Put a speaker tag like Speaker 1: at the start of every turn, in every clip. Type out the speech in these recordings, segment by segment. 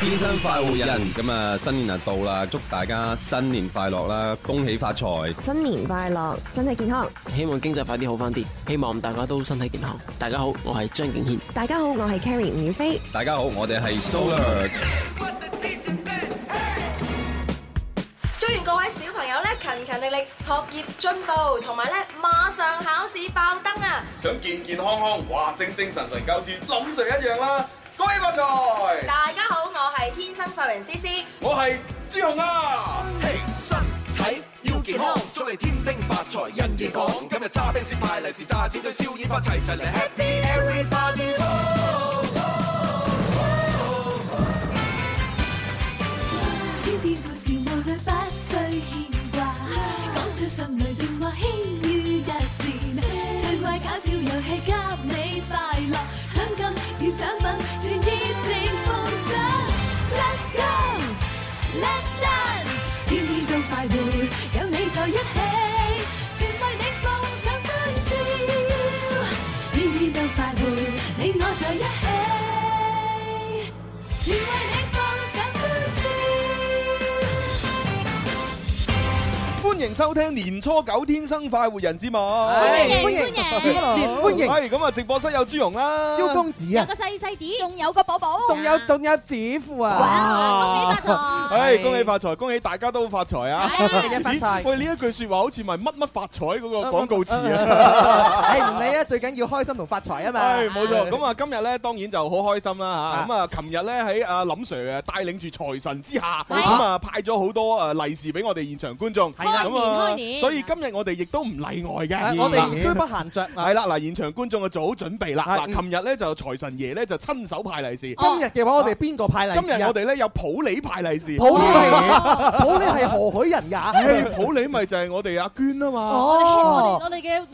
Speaker 1: 天生快活人咁啊，新年啊到啦，祝大家新年快樂啦，恭喜發財！
Speaker 2: 新年快樂，身體健康。
Speaker 3: 希望經濟快啲好翻啲，希望大家都身體健康。大家好，我係張敬軒。
Speaker 2: 大家好，我係 Carrie 吳雨霏。
Speaker 1: 大家好，我哋係 Solar。
Speaker 4: 祝願各位小朋友咧勤勤力力學業進步，同埋咧馬上考試爆燈啊！
Speaker 5: 想健健康康，哇，精精神神，夠似林 Sir 一樣啦！恭喜發財！
Speaker 4: 大家好，我係天生快活人思思，
Speaker 5: 我係朱紅啊！
Speaker 6: 身體要健康，祝你天丁發財，人緣廣。今日揸 b 先派利是，炸錢堆燒煙花，齊齊嚟 Happy Everybody
Speaker 7: 天天故事無慮不需牽掛，講出心裏情話輕於一線。趣怪搞笑遊戲給你快樂，獎金與獎品全熱情奉上。Let's go，Let's dance，天天都快活，有你在一起，全為你放上歡笑。天天都快活，你我在一起。全為你放上歡笑。
Speaker 8: 歡迎收聽年初九天生快活人節目，
Speaker 9: 歡迎，
Speaker 8: 歡
Speaker 9: 歡迎。
Speaker 8: 迎，係咁啊！直播室有朱容啦，
Speaker 9: 蕭公子啊，
Speaker 4: 有個細細啲，仲有個寶寶，
Speaker 9: 仲有仲有指父啊，
Speaker 4: 恭喜發財
Speaker 8: 唉，恭喜發財，恭喜大家都發財啊！
Speaker 9: 係啊發財
Speaker 8: 咦喂，呢一句说話好似咪乜乜發財嗰個廣告詞啊！
Speaker 9: 誒唔理啊，最緊要開心同發財啊嘛，
Speaker 8: 係冇
Speaker 9: Ờ,
Speaker 8: 錯，咁啊今日咧當然就好開心啦
Speaker 9: 啊
Speaker 8: 嚇，咁啊琴日咧喺阿林 Sir 嘅帶領住財神之下，
Speaker 4: 係
Speaker 8: 咁啊派咗好多誒利是俾我哋現場觀眾，
Speaker 9: 係啊
Speaker 8: 咁啊
Speaker 4: 開年開年
Speaker 8: 所以今日我哋亦都唔例外
Speaker 9: 啊
Speaker 8: 嘅，
Speaker 9: 我哋亦都不閒着啊
Speaker 8: 係。啦，嗱，現場觀眾就啊做好準備啦。
Speaker 9: 係
Speaker 8: 嗱，琴日咧就財神爺咧就親手派利是，
Speaker 9: 今日嘅話，我哋邊個派利是啊？
Speaker 8: 今日我哋咧有普洱派利是。
Speaker 9: 普洱係普洱係何許人也？
Speaker 8: 唉普洱咪就係我哋阿娟啊嘛，
Speaker 9: 哦，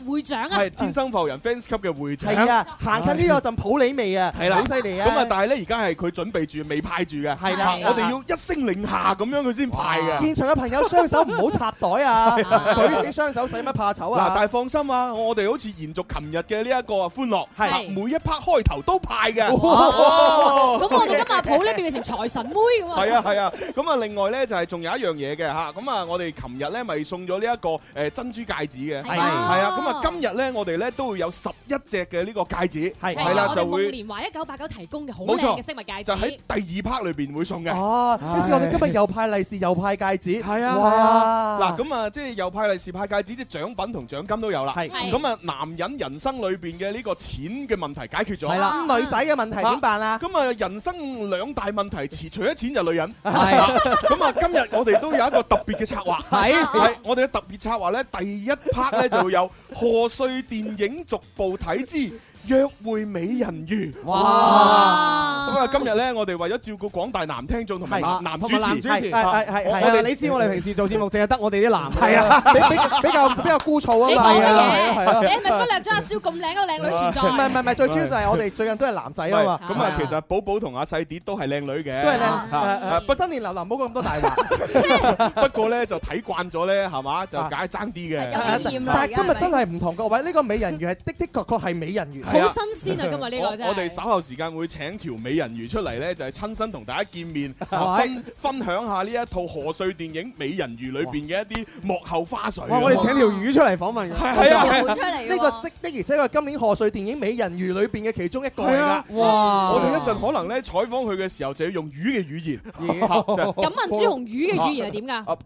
Speaker 8: 係天生浮人 fans 級嘅會長。
Speaker 9: 係啊，行近啲有陣普洱味啊，
Speaker 8: 係啦
Speaker 9: 好犀利啊！
Speaker 8: 咁啊，但係咧而家係佢準備住未派住嘅，啊
Speaker 9: 係啦
Speaker 8: 我哋要一聲令下咁樣佢先派嘅。
Speaker 9: 現場嘅朋友雙手唔好插袋啊，舉起雙手使乜怕醜
Speaker 8: 嗱，但
Speaker 9: 啊？
Speaker 8: 係放心啊，我哋好似延續琴日嘅呢一個啊歡樂，
Speaker 9: 係
Speaker 8: 每一 part 開頭都派嘅。
Speaker 10: 咁我哋今日抱呢，變成財神妹咁啊。
Speaker 8: 係啊係啊，咁啊另外咧就係仲有一樣嘢嘅嚇，咁啊我哋琴日咧咪送咗呢一個誒珍珠戒指嘅，
Speaker 4: 係
Speaker 8: 係
Speaker 4: 啊
Speaker 8: 啊，咁啊今日咧我哋咧都會有十一隻嘅呢個戒指，
Speaker 9: 係
Speaker 8: 係啦
Speaker 10: 我哋
Speaker 8: 就會
Speaker 10: 夢蓮華1989提供嘅好
Speaker 8: 冇錯，
Speaker 10: 靚嘅飾物戒指。
Speaker 8: 就喺第二 part 裏邊會送嘅。
Speaker 9: 哦，於是我哋今日又派利是，又派戒指，
Speaker 8: 係啊，係啊，
Speaker 9: 哇！
Speaker 8: 嗱咁啊，即係又派利是派戒指，啲獎品同獎金都有啦。
Speaker 9: 係
Speaker 10: 係
Speaker 8: 咁啊，男人人生裏邊嘅呢個錢嘅問題解決咗。
Speaker 9: 係啦，咁女仔嘅問題點辦啊？
Speaker 8: 咁啊，人生兩大問題，除除咗錢就係女人。
Speaker 9: 係
Speaker 8: 咁啊，今日我哋都有一個特別嘅策劃，
Speaker 9: 係
Speaker 8: 係我哋嘅特別策劃咧，第一 part 咧就會有賀歲電影逐步睇之約會美人魚。
Speaker 9: 哇！
Speaker 8: 咁啊，今日咧，我哋為咗照顧廣大男聽眾同埋男男主
Speaker 11: 同埋男
Speaker 8: 持
Speaker 11: 主，持
Speaker 9: 係係係
Speaker 8: 我
Speaker 9: 係
Speaker 8: 我哋
Speaker 11: 係啊，你知我哋平時做節目淨係得我哋啲男嘅
Speaker 9: 係啊，比比比較比較枯燥啊嘛，
Speaker 10: 你講乜
Speaker 9: 係
Speaker 10: 嘢？
Speaker 9: 啊係啊。
Speaker 10: 你係咪忽略咗阿蕭咁靚一個靚女存在？
Speaker 9: 唔係唔係唔係，最主要就係我哋最近都係男仔
Speaker 8: 喂
Speaker 9: 啊嘛，
Speaker 8: 咁啊，其實寶寶同阿細碟都係靚女嘅，
Speaker 9: 都係
Speaker 8: 啊
Speaker 9: 靚誒誒，新年流流唔好講咁多大話。
Speaker 8: 不過咧就睇慣咗咧，係嘛，就梗係爭啲嘅。
Speaker 9: 啊
Speaker 4: 有經驗啦，
Speaker 9: 但係今日真係唔同各位，呢個美人魚係的的確確係美人魚。
Speaker 10: 好新鮮啊，今日呢個
Speaker 8: 我
Speaker 10: 真係。
Speaker 8: 我哋稍後時間會請條美人魚出嚟咧，就係親身同大家見面，啊
Speaker 9: 哇
Speaker 8: 分分享下呢一套賀歲電影《美人魚》裏邊嘅一啲幕後花絮。
Speaker 11: 哇！我哋請條魚出嚟訪問佢。
Speaker 8: 係係啊係啊，
Speaker 4: 出嚟
Speaker 9: 呢個的的而且確係今年賀歲電影《美人魚》裏邊嘅其中一個嚟
Speaker 8: 係
Speaker 9: 㗎
Speaker 8: 啊。
Speaker 11: 哇！
Speaker 8: 我哋一陣可能咧採訪佢嘅時候就要用魚嘅語言。
Speaker 10: 咁問朱紅魚嘅語言係點㗎？
Speaker 8: 啊，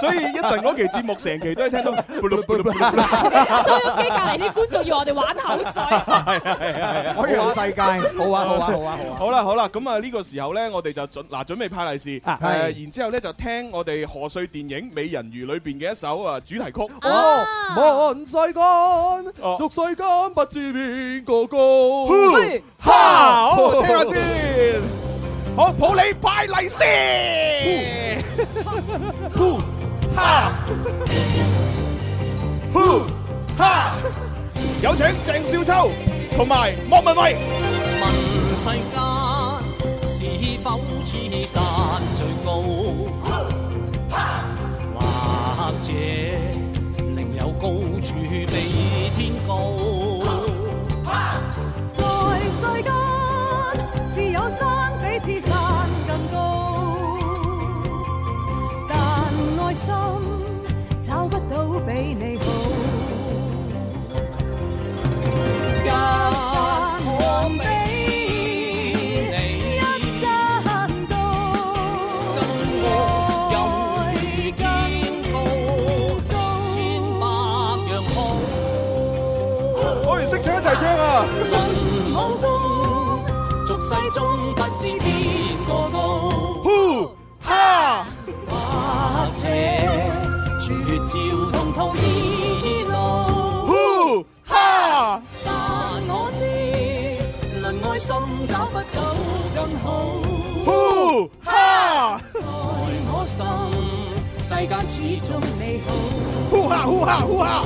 Speaker 8: 所以一陣嗰期節目成期都係聽到。
Speaker 10: 收音機隔離啲觀眾以為我哋玩口水。
Speaker 11: 我以為世界。
Speaker 9: 好啊好啊好啊好啊！
Speaker 8: 好啦好啦，咁啊呢個時候咧，我哋就準嗱準備派利是，誒
Speaker 9: 啊係
Speaker 8: 然之後咧就聽我哋賀歲電影《美人魚》裏邊嘅一首啊主題曲。
Speaker 9: 哦，望世間
Speaker 8: 哦，
Speaker 9: 逐世間不知邊個高。
Speaker 10: 嘿
Speaker 8: 哈，好聽下先。好，普你派利是。呼哈，呼哈，有請鄭少秋同埋莫文蔚。
Speaker 6: 問世間是否此山最高？或者另有高處比天高？
Speaker 7: 在世間，自有山
Speaker 8: 齊唱啊！
Speaker 7: 武功，俗世中不知邊個高。
Speaker 8: 呼
Speaker 7: 哈，或者全照同途依路。
Speaker 8: 呼哈，
Speaker 7: 但我知，論愛心找不到更好。
Speaker 8: 呼哈，
Speaker 7: 愛我心，世間始終你好。
Speaker 8: 呼哈呼哈呼哈，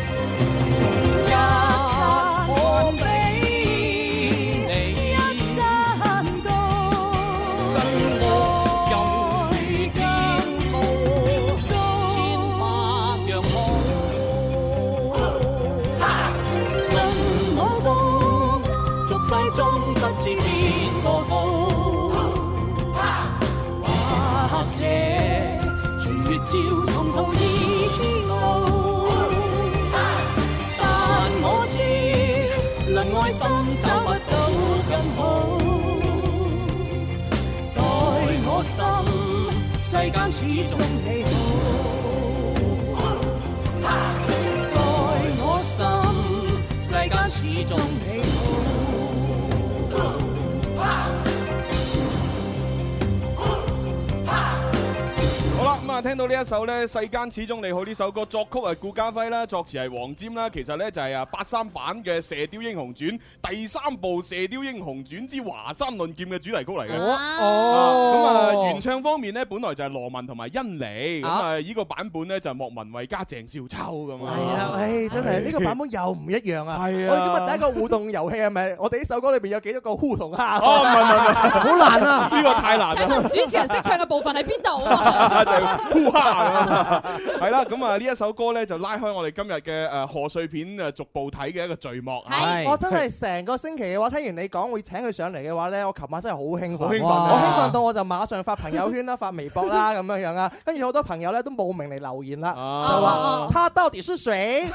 Speaker 7: 一刹我比你一山高，真愛任天高，千百樣好。論武功，俗世中不知邊個高，或者絕招同途異路。但我知，論愛心找不到更好。待我心，世間始終你好。待我心，世間始終你好。
Speaker 8: 好啦，咁啊，聽到呢一首咧《世間始終你好》呢首歌，作曲係顧嘉輝啦，作詞係黃霑啦，其實咧就係啊八三版嘅《射雕英雄傳》第三部《射雕英雄傳之華山論劍》嘅主題曲嚟嘅。
Speaker 12: 哦
Speaker 8: 啊
Speaker 12: 哦
Speaker 8: 咁啊，原唱方面咧，本來就係羅文同埋甄妮，咁啊，
Speaker 12: 啊
Speaker 8: 呢個版本咧就莫文蔚加鄭少秋咁啊。
Speaker 9: 係啦，唉，真係呢個版本又唔一樣啊！
Speaker 8: 係啊
Speaker 9: 我哋今日第一個互動遊戲係咪？我哋呢首歌裏邊有幾多個呼同蝦？
Speaker 8: 哦，唔係唔係唔係，
Speaker 9: 好難啊！
Speaker 8: 呢個太難啦。
Speaker 10: 請問主持人識唱嘅部分喺邊度啊？
Speaker 8: 就呼哈咁樣，係啦，咁啊呢一首歌咧就拉開我哋今日嘅誒賀歲片誒逐步睇嘅一個序幕。
Speaker 9: 哎我真係成個星期嘅話，聽完你講會請佢上嚟嘅話咧，我琴晚真係好興奮，
Speaker 8: 好興奮啊
Speaker 9: 我興奮到我就馬上發朋友圈啦、發微博啦咁樣樣啊，跟住好多朋友咧都慕名嚟留言啦，就
Speaker 8: 哦
Speaker 9: 話他到底是誰？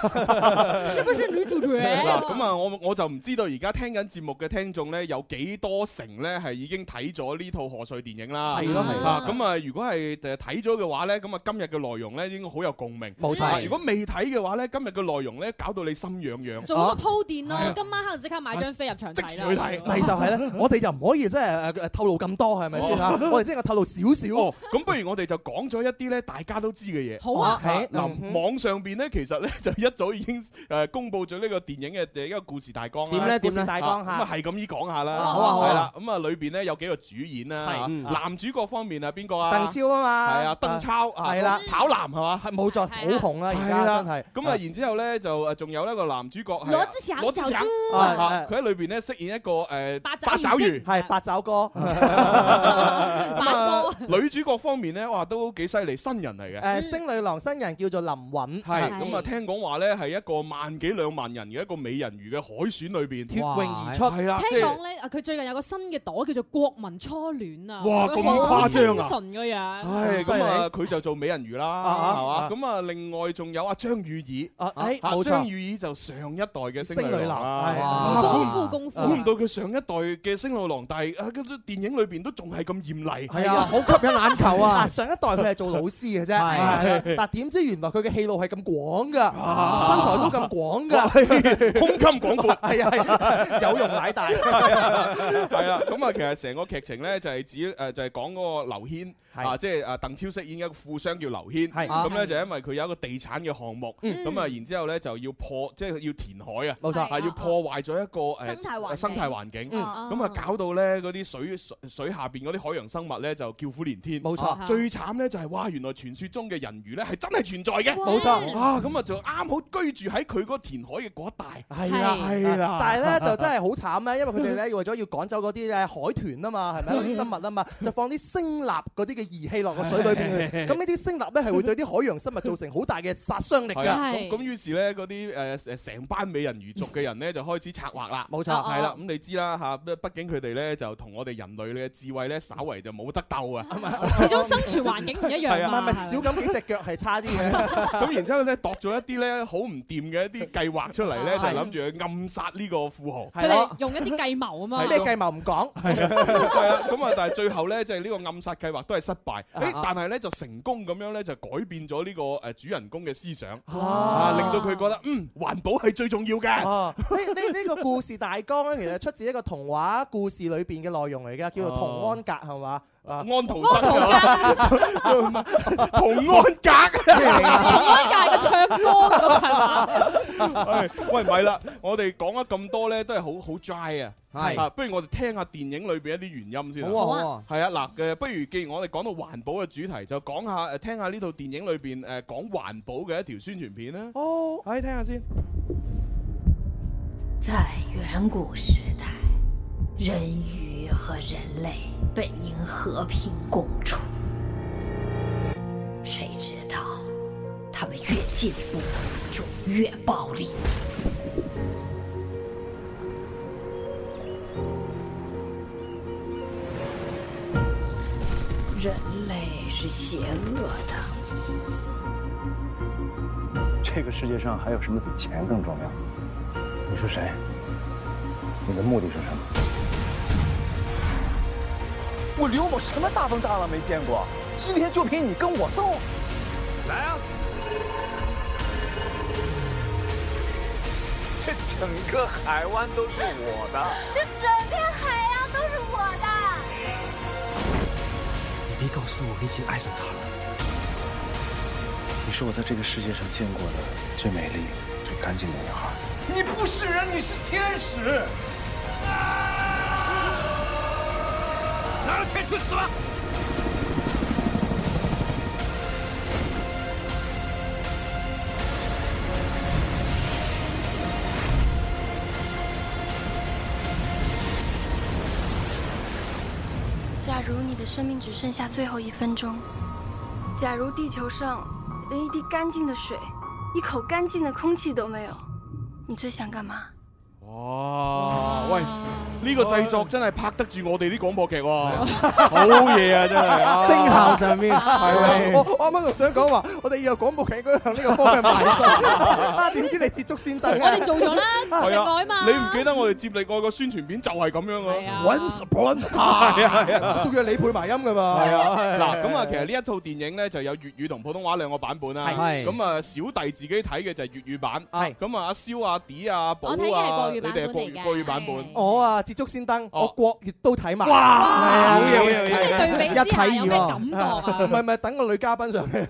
Speaker 10: 是不是女主角？
Speaker 8: 嗱，
Speaker 9: 哦
Speaker 8: 咁啊，我我就唔知道而家聽緊節目嘅聽眾咧，有幾多成咧係已經睇咗呢套賀歲電影啦。
Speaker 9: 係咯係咯
Speaker 8: 啊咁啊，如果係誒睇咗嘅話咧，咁啊今日嘅內容咧應該好有共鳴。
Speaker 9: 冇錯
Speaker 8: 啊如果未睇嘅話咧，今日嘅內容咧搞到你心癢癢。
Speaker 10: 做好個鋪墊咯
Speaker 8: 係啊，
Speaker 10: 今晚可能即刻買張飛入場
Speaker 8: 即
Speaker 10: 睇
Speaker 8: 時
Speaker 10: 啦。
Speaker 8: 去睇
Speaker 9: 咪就係咧， 我哋就唔可以真係誒透露咁多係咪先啊？我哋只係透露少少。
Speaker 8: 哦，咁不如我哋就講咗一啲咧大家都知嘅嘢。
Speaker 10: 好啊
Speaker 8: 係
Speaker 9: 係
Speaker 8: 嗱，
Speaker 9: 嗯
Speaker 8: 網上邊咧其實咧就一早已經誒公佈咗呢個電影嘅一個故事大綱啦。
Speaker 9: 點咧點
Speaker 8: 啊
Speaker 9: 咧故事大綱
Speaker 8: 咁
Speaker 9: 嚇
Speaker 8: 啊係咁依講下啦。
Speaker 9: 好啊好啊
Speaker 8: 係啦，咁啊裏邊咧有幾個主演啦
Speaker 9: 係。嗯
Speaker 8: 嚇男主角方面啊，邊個啊？
Speaker 9: 鄧超啊嘛，
Speaker 8: 係啊，鄧超啊，
Speaker 9: 係啦，
Speaker 8: 跑男係嘛，
Speaker 9: 係冇錯，好紅啦，而家真係。
Speaker 8: 咁啊，然之後咧就誒仲有一個男主角係啊
Speaker 9: 羅志祥
Speaker 8: 羅志祥
Speaker 9: 小豬
Speaker 8: 啊
Speaker 9: 係係
Speaker 8: 佢喺裏邊咧飾演一個呃誒
Speaker 9: 八爪
Speaker 8: 魚。啊
Speaker 9: 係八爪哥，
Speaker 8: 八哥。 女主角方面咧，哇都幾犀利，新人嚟嘅。
Speaker 9: 誒星女郎新人叫做林
Speaker 8: 係
Speaker 9: 允，
Speaker 8: 咁啊！聽講話咧係一個萬幾兩萬人嘅一個美人魚嘅海選裏邊
Speaker 9: 脫穎而出
Speaker 8: 係啦，即
Speaker 10: 聽
Speaker 8: 係
Speaker 10: 講咧，啊佢最近有個新嘅朵叫做《國民初戀》啊，
Speaker 8: 哇咁誇張啊
Speaker 10: 純嘅樣，
Speaker 8: 唉咁
Speaker 9: 犀
Speaker 8: 啊，
Speaker 9: 利
Speaker 8: 佢就做美人魚啦，
Speaker 9: 啊
Speaker 8: 係嘛？
Speaker 9: 啊
Speaker 8: 咁啊，另外仲有啊張雨綺，
Speaker 9: 啊哎
Speaker 8: 啊
Speaker 9: 冇錯
Speaker 8: 張雨綺就上一代嘅星
Speaker 9: 星女
Speaker 8: 郎
Speaker 9: 郎
Speaker 8: 啦
Speaker 9: 係
Speaker 8: 哇
Speaker 9: 功
Speaker 8: 啊估唔
Speaker 9: 夫功夫
Speaker 8: 估唔到佢上一代嘅星女郎，但係啊，嗰啲電影裏邊都仲係咁豔麗，
Speaker 9: 係啊，好吸引眼球 啊！上一代佢係做老師嘅啫，係但點知原來佢嘅戲路係咁廣噶，身材都咁廣噶，
Speaker 8: 胸襟廣 闊，
Speaker 9: 係啊 係，有容乃大，
Speaker 8: 係啦，咁啊，其實成個劇情咧就係指誒就係講嗰個劉軒啊，即係啊鄧超飾演嘅一個富商叫劉軒，
Speaker 9: 係啊
Speaker 8: 咁咧
Speaker 9: 係
Speaker 8: 就因為佢有一個地產嘅項目，
Speaker 9: 嗯
Speaker 8: 咁啊然之後咧就要破，即係要填海啊，
Speaker 9: 冇錯
Speaker 8: 啊要
Speaker 4: 哦
Speaker 8: 破壞咗一個誒
Speaker 9: 生態環境
Speaker 8: 生態環境，
Speaker 10: 哦
Speaker 9: 嗯
Speaker 8: 咁啊搞到咧嗰啲水水水下邊嗰啲海洋生物咧就叫苦連天，
Speaker 10: 啊
Speaker 9: 冇錯
Speaker 8: 啊最慘咧就係哇原來傳説中嘅人魚咧係真係存在嘅，
Speaker 9: 冇錯
Speaker 8: 啊咁啊就啱好居住喺佢嗰個填海嘅嗰一帶，
Speaker 9: 係啦
Speaker 8: 係啦，
Speaker 9: 但係咧就真係好慘咧，因為佢哋咧要咗要趕走嗰啲誒海豚啊嘛，係咪嗰啲生物啊 嘛，就放啲聲納嗰啲嘅儀器落個水裏邊 去。咁呢啲聲納咧係會對啲海洋生物造成好大嘅殺傷力
Speaker 8: 係啊咁
Speaker 9: 㗎。
Speaker 8: 咁於是咧，嗰啲誒誒成班美人魚族嘅人咧，就開始策劃啦。
Speaker 9: 冇錯哦哦
Speaker 8: 係啦。咁你知啦嚇，畢畢竟佢哋咧就同我哋人類嘅智慧咧，稍為就冇得鬥啊。
Speaker 10: 始終生存環境唔一
Speaker 8: 係
Speaker 10: 樣
Speaker 8: 啊
Speaker 10: 嘛。
Speaker 8: 唔係唔係
Speaker 9: 少咁幾隻腳係差啲嘅。
Speaker 8: 咁然之後咧，度咗一啲咧好唔掂嘅一啲計劃出嚟咧，就
Speaker 9: 係
Speaker 8: 諗住去暗殺呢個富豪。
Speaker 10: 佢哋用一啲計謀啊嘛。
Speaker 8: 係咯咩計
Speaker 9: 謀唔講？
Speaker 8: 係啊，咁啊，但係最後咧，即係呢個暗殺計劃都係失敗。誒，但係咧就成功咁樣咧，就改變咗呢個誒主人公嘅思想，啊，
Speaker 9: À.
Speaker 8: 令到佢覺得嗯環保係最重要嘅。
Speaker 9: 哦，呢呢呢個故事大綱咧，其實出自一個童話故事裏邊嘅內容
Speaker 8: Ờ。
Speaker 9: 嚟㗎，叫做《童安格》係嘛？啊，
Speaker 8: 安徒
Speaker 9: 生，
Speaker 8: 童安格，
Speaker 10: 安
Speaker 8: 喂，唔係啦，我哋講咗咁多咧，都係好好 dry 啊。
Speaker 1: 係
Speaker 8: 啊，不如我哋聽下電影裏邊一啲原音先
Speaker 1: 好啊好啊
Speaker 8: 係啊，嗱嘅，不如既然我哋講到環保嘅主題，就講下誒，聽下呢套電影裏邊誒講環保嘅一條宣傳片啦。
Speaker 9: 哦，
Speaker 8: 哎，聽下先。
Speaker 13: 在远古时代，人鱼和人类本应和平共处，谁知道他们越进步就越暴力。人类是邪恶的，
Speaker 14: 这个世界上还有什么比钱更重要？你是谁？你的目的是什么？
Speaker 15: 我刘某什么大风大浪没见过？今天就凭你跟我斗？来啊！这整个海湾都是我的。
Speaker 16: 这整片海
Speaker 4: 啊
Speaker 16: 洋都是我的。
Speaker 14: 你别告诉我你已经爱上他了。你是我在这个世界上见过的最美丽、最干净的女孩。
Speaker 15: 你不是人，你是天使。拿着钱去死吧！
Speaker 4: 假如你的生命只剩下最后一分钟，假如地球上连一滴干净的水、一口干净的空气都没有，你最想干嘛？
Speaker 8: 哇！ 喂，呢個製作真係拍得住我哋啲廣播劇喎，好嘢啊！真係啊
Speaker 9: 聲效上面
Speaker 8: 係
Speaker 9: 我我啱啱仲想講話，我哋以後廣播劇應該向呢個方 向邁進。啊，點知你接觸先得啊？
Speaker 10: 我哋做咗啦接力
Speaker 8: 係
Speaker 10: 愛
Speaker 8: 啊
Speaker 10: 嘛
Speaker 8: 你唔記得我哋接力愛個宣傳片就係咁樣啊
Speaker 9: ？Once upon a
Speaker 8: 係啊係 啊
Speaker 9: time，仲要你配埋音㗎嘛？
Speaker 8: 係啊，嗱咁啊，其實呢一套電影咧就有粵語同普通話兩個版本啦。
Speaker 9: 係
Speaker 8: 咁啊，小弟自己睇嘅就係粵語版。
Speaker 9: 係
Speaker 8: 咁啊，阿蕭、阿迪、阿寶啊，
Speaker 9: 我
Speaker 8: 你
Speaker 9: 睇嘅係國語版
Speaker 8: 哋係
Speaker 9: 本
Speaker 8: 國
Speaker 9: 嚟嘅
Speaker 8: 語國語版本。
Speaker 9: 我啊，捷足先登，我國粵都睇埋。
Speaker 8: 哇
Speaker 9: 係啊
Speaker 8: 好嘢好嘢好嘢咁你對比之下
Speaker 9: 一睇
Speaker 8: 有咩
Speaker 9: 二喎
Speaker 8: 感覺啊
Speaker 9: 唔係唔係，等個女嘉賓上嚟。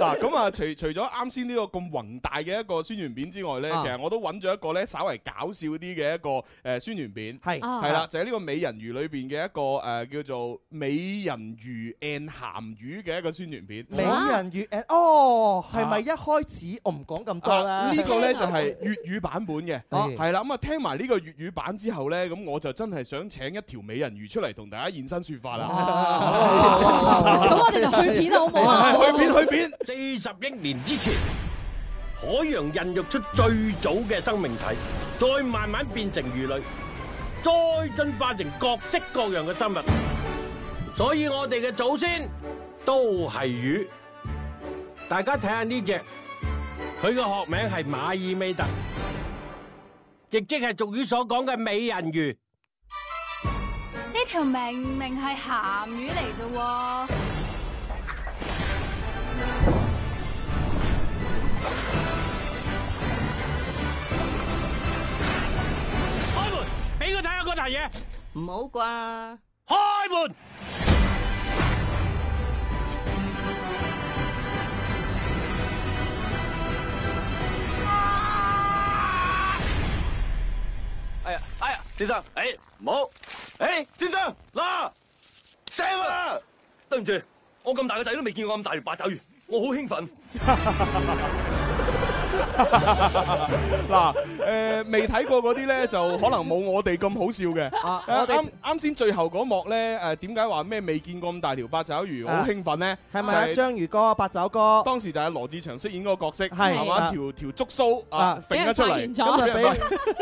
Speaker 8: 嗱咁啊，除除咗啱先呢個咁宏大嘅一個宣傳片之外咧，
Speaker 1: 啊
Speaker 8: 其實我都揾咗一個咧稍為搞笑啲嘅一個誒宣傳片，
Speaker 9: 係
Speaker 1: 啊
Speaker 8: 係啦，就係呢個美人魚裏邊嘅一個呃誒叫做美人魚 and 鹹魚嘅一個宣傳片。啊
Speaker 9: 美人魚 and 哦，係咪一開始我唔講咁多
Speaker 8: 啊
Speaker 9: 啦？
Speaker 8: 呢個呢就係粵語版本嘅，
Speaker 9: 係
Speaker 8: 係啦。咁啊，聽埋呢個粵語版之後呢，咁我就真係想請一條美人魚出嚟同大家現身説法啦。
Speaker 9: 啊
Speaker 10: 咁我哋就去片啦，好唔好啊？
Speaker 8: 去片去片。
Speaker 17: 四十億年之前，海洋孕育出最早嘅生命體，再慢慢變成魚類，再進化成各式各樣嘅生物。所以我哋嘅祖先都係魚。大家睇下呢只，佢嘅學名係馬爾美特，亦即係俗語所講嘅美人魚。
Speaker 18: 呢條明明係鹹魚嚟啫喎，
Speaker 17: 開門，俾佢睇下嗰壇嘢。
Speaker 7: 唔好啩？
Speaker 17: 開門。
Speaker 15: 哎呀，哎呀，先生，哎，唔好，哎，先生，嗱，醒啦！
Speaker 19: 對唔住，我咁大個仔都未見過咁大條八爪魚，我好興奮。
Speaker 8: 嗱，誒未睇過嗰啲咧，就可能冇我哋咁好笑嘅。
Speaker 9: 啊
Speaker 8: 誒
Speaker 9: 我哋
Speaker 8: 啱啱先最後嗰幕咧，誒點解話咩未見過咁大條八爪魚，好
Speaker 9: 啊
Speaker 8: 興奮咧？
Speaker 9: 係咪啊
Speaker 8: 就係
Speaker 9: 章魚哥、八爪哥？
Speaker 8: 當時就係羅志祥飾演嗰個角色，
Speaker 9: 哦係
Speaker 8: 係嘛
Speaker 9: 啊
Speaker 8: 條條竹鬚啊
Speaker 9: 啊，
Speaker 8: 揈咗出嚟，
Speaker 9: 咁就
Speaker 8: 俾
Speaker 9: 俾
Speaker 8: 人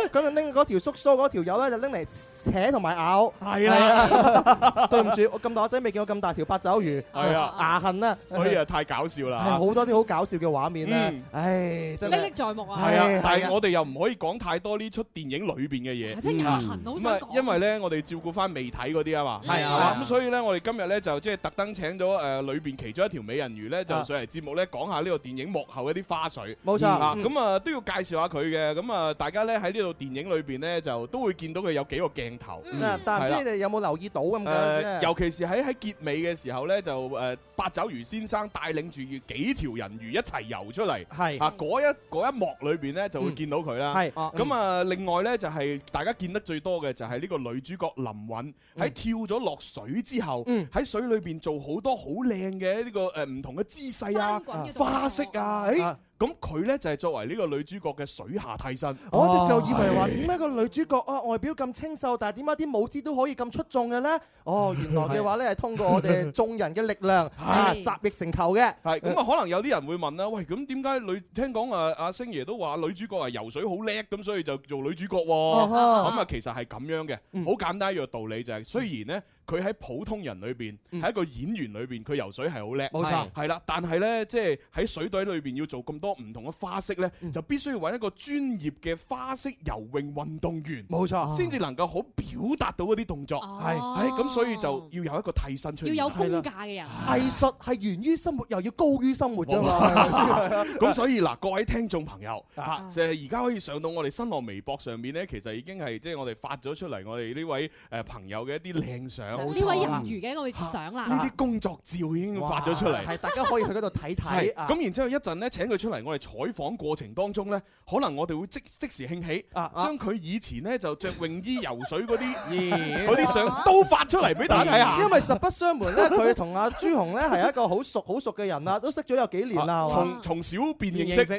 Speaker 9: 咁就拎嗰條叔叔嗰條友咧，就拎嚟扯同埋咬。
Speaker 8: 係
Speaker 9: 啦， 對唔住，我咁大個仔未見過咁大條八爪魚，
Speaker 8: 係啊
Speaker 9: 牙痕啦，
Speaker 8: 所以啊太搞笑啦
Speaker 9: 係好多啲好搞笑嘅畫面咧
Speaker 8: 嗯，
Speaker 9: 唉，真
Speaker 10: 歷歷
Speaker 9: 係
Speaker 10: 在目啊！
Speaker 8: 係啊
Speaker 9: 係，
Speaker 8: 但係
Speaker 9: 啊
Speaker 8: 我哋又唔可以講太多呢出電影裏邊嘅嘢。
Speaker 10: 係真係牙痕
Speaker 8: 嗯
Speaker 10: 好
Speaker 8: 咁
Speaker 10: 想
Speaker 8: 啊，因為咧我哋照顧翻未睇嗰啲啊嘛，
Speaker 10: 係啊
Speaker 8: 係嘛
Speaker 10: 係啊
Speaker 8: 咁所以咧我哋今日咧就即係特登請咗誒裏邊其中一條美人魚咧，就
Speaker 9: 啊
Speaker 8: 上嚟節目咧講下呢個電影幕後一啲花絮。
Speaker 9: 冇錯
Speaker 8: 嗯啊
Speaker 9: 嗯
Speaker 8: 咁啊都要介紹下佢嘅。咁啊，大家咧喺呢度電影裏邊咧就都會見到佢有幾個鏡頭。
Speaker 9: 嗱嗯啊但係
Speaker 8: 係
Speaker 9: 唔
Speaker 8: 啦
Speaker 9: 知你哋有冇留意到咁嘅
Speaker 8: 誒，
Speaker 9: 啫？
Speaker 8: 呃尤其是喺喺結尾嘅時候咧，就誒八爪魚先生帶領住幾條人魚一齊游出嚟，
Speaker 9: 係嗯
Speaker 8: 啊嗰一嗰一幕裏邊咧就會見到佢啦。
Speaker 9: 係哦
Speaker 8: 咁啊，另外咧就係大家見得最多嘅就係呢個女主角林允
Speaker 9: 嗯
Speaker 8: 喺跳咗落水之後，喺水裏邊做好多好靚嘅呢個誒唔同嘅姿勢啊
Speaker 9: 翻滾嘅動、作
Speaker 8: 花式啊，誒
Speaker 9: 啊
Speaker 8: 咁佢咧就係作為呢個女主角嘅水下替身。
Speaker 9: 我一直就以為話點解個女主角啊外表咁清秀，但係點解啲舞姿都可以咁出眾嘅咧？ 哦，原來嘅話咧係通過我哋眾人嘅力量啊集腋成裘嘅。
Speaker 8: 係咁啊，可能有啲人會問啦，喂，咁點解女聽講啊阿星爺都話女主角係游水好叻，咁所以就做女主角喎。咁
Speaker 9: 哈
Speaker 8: 啊，其實係咁樣嘅，
Speaker 9: 嗯
Speaker 8: 好簡單一個道理就係，雖然呢，佢喺普通人裏邊，喺一個演員裏邊，佢游水係好叻，
Speaker 9: 嗯冇錯
Speaker 8: 係啦。但係呢，即係喺水隊裏邊要做咁多唔同嘅花式呢，
Speaker 9: 嗯
Speaker 8: 就必須要揾一個專業嘅花式游泳運動員，
Speaker 9: 冇錯
Speaker 8: 先至能夠好表達到嗰啲動
Speaker 9: 哦
Speaker 8: 作。係，咁所以就要有一個替身出現，
Speaker 10: 要有功架嘅人，
Speaker 9: 藝術係源於生活，又要高於生活㗎嘛。
Speaker 8: 咁所以嗱，各位聽眾朋友啊，就係而家可以上到我哋新浪微博上面咧，其實已經係即係我哋發咗出嚟，我哋呢位誒朋友嘅一啲靚相，
Speaker 10: 呢位人魚嘅我哋想啦，
Speaker 8: 呢啊啲工作照已經 發咗出嚟，
Speaker 9: 係大家可以去嗰度睇睇
Speaker 8: 係
Speaker 9: 啊。
Speaker 8: 咁然之後一陣咧請佢出嚟，我哋採訪過程當中咧，可能我哋會即即時興起，將佢以前咧就着泳衣游水嗰 啲嗰啲相都發出嚟俾大家睇 下。啊
Speaker 9: 因為實不相瞞咧，佢同阿朱紅咧係一個好熟好熟嘅 人啦，都識咗有幾年啦，係嘛
Speaker 8: 從從小啊便認識， 青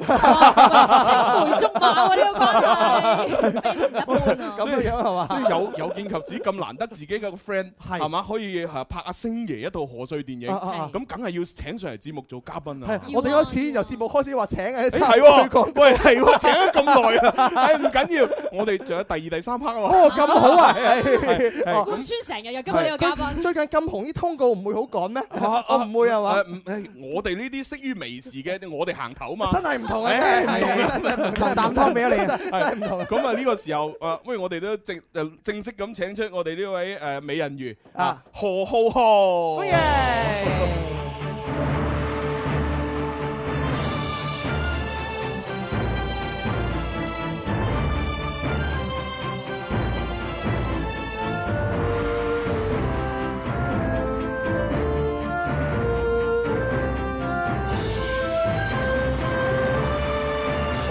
Speaker 8: 梅
Speaker 9: 梅
Speaker 8: 竹
Speaker 9: 馬喎呢 個
Speaker 8: 關係，
Speaker 9: 咁樣樣係嘛
Speaker 8: 所以有有見及此咁難得自己嘅 friend 係嘛，可以啊拍阿星爺一套賀歲電影，
Speaker 9: 啊啊啊
Speaker 8: 咁梗係要請上嚟節目做嘉賓啊！
Speaker 9: 係我哋開始由節目開始話請嘅，
Speaker 8: 誒 係喎，喂係喎，請咗咁耐啊！ 誒唔緊要，我哋仲有第二、第三 part 喎。
Speaker 9: 哦咁好 啊
Speaker 8: 係係係
Speaker 10: 貫穿成日有今日有嘉賓，
Speaker 9: 最近咁紅啲通告唔會好趕咩？
Speaker 8: 啊
Speaker 9: 我唔會係嘛
Speaker 8: 誒？唔誒我哋呢啲識於微時嘅，我哋行頭嘛。
Speaker 9: 真係唔同啊
Speaker 8: 誒
Speaker 9: 真係唔
Speaker 8: 係
Speaker 9: 同啊
Speaker 8: 係
Speaker 9: 真係唔
Speaker 8: 係
Speaker 9: 同啖湯俾咗你啊
Speaker 8: 係
Speaker 9: 真係唔同啊
Speaker 8: 咁啊呢個時候誒，喂，我哋都正誒正式咁請出我哋呢位誒美人魚啊何浩浩，歡迎。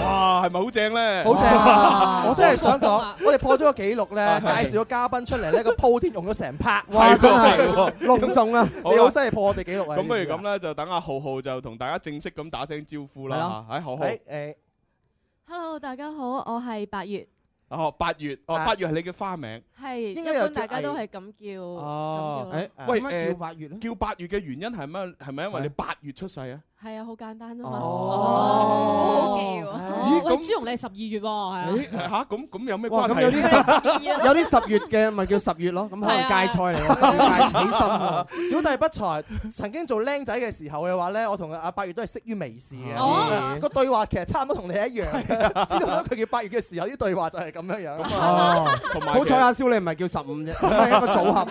Speaker 8: 哇，係咪好正咧？
Speaker 9: 好正啊！我真係想講
Speaker 8: 哇，
Speaker 9: 我哋破咗個紀錄咧，
Speaker 8: 係
Speaker 9: 介紹咗嘉賓出嚟咧，個鋪天用咗成 part，
Speaker 8: 係喎
Speaker 9: 哇！真
Speaker 8: 係喎
Speaker 9: 係隆重啊！
Speaker 8: 好啦
Speaker 9: 你好犀利破我哋紀錄啊！
Speaker 8: 咁不如咁啦，就等阿浩浩就同大家正式咁打聲招呼
Speaker 9: 係
Speaker 8: 啦
Speaker 9: 咯
Speaker 8: 嚇。哎喺浩浩，
Speaker 9: 誒誒，
Speaker 7: Hello，大家好，我係八月，
Speaker 8: 哦八月，哦
Speaker 7: 啊
Speaker 8: 八月係你嘅花名。
Speaker 7: 係一
Speaker 9: 應該有
Speaker 7: 般
Speaker 9: 啲
Speaker 7: 大家都
Speaker 9: 藝
Speaker 7: 係咁叫。
Speaker 8: 哦，
Speaker 1: 哎
Speaker 7: 咁啊
Speaker 1: 啊
Speaker 9: 叫啦
Speaker 8: 喂，
Speaker 9: 點解
Speaker 1: 呃
Speaker 8: 誒
Speaker 9: 叫八月咧
Speaker 8: 叫八月嘅原因係咩？係咪因為你八月出世 啊？
Speaker 7: 係啊，好簡單啫嘛。
Speaker 10: 好好記喎。哦喂，
Speaker 8: 咁
Speaker 10: 朱紅你係十二月喎，係啊。
Speaker 8: 嚇咁咁有咩
Speaker 1: 哇，
Speaker 8: 關
Speaker 1: 咁
Speaker 8: 係？
Speaker 1: 有啲有啲十月嘅咪叫十月咯，咁可能
Speaker 9: 係啊
Speaker 1: 芥菜嚟喎，芥起身啊。
Speaker 9: 小弟不才，曾經做僆仔嘅時候嘅話咧，我同阿八月都係識於微視
Speaker 1: 哦
Speaker 9: 嘅，個對話其實差唔多同你一樣。知道咗佢叫八月嘅時候，啲對話就係咁啊樣樣。
Speaker 1: 哦
Speaker 8: 同埋
Speaker 1: 好彩阿蕭你唔係叫十五啫，係一個組合。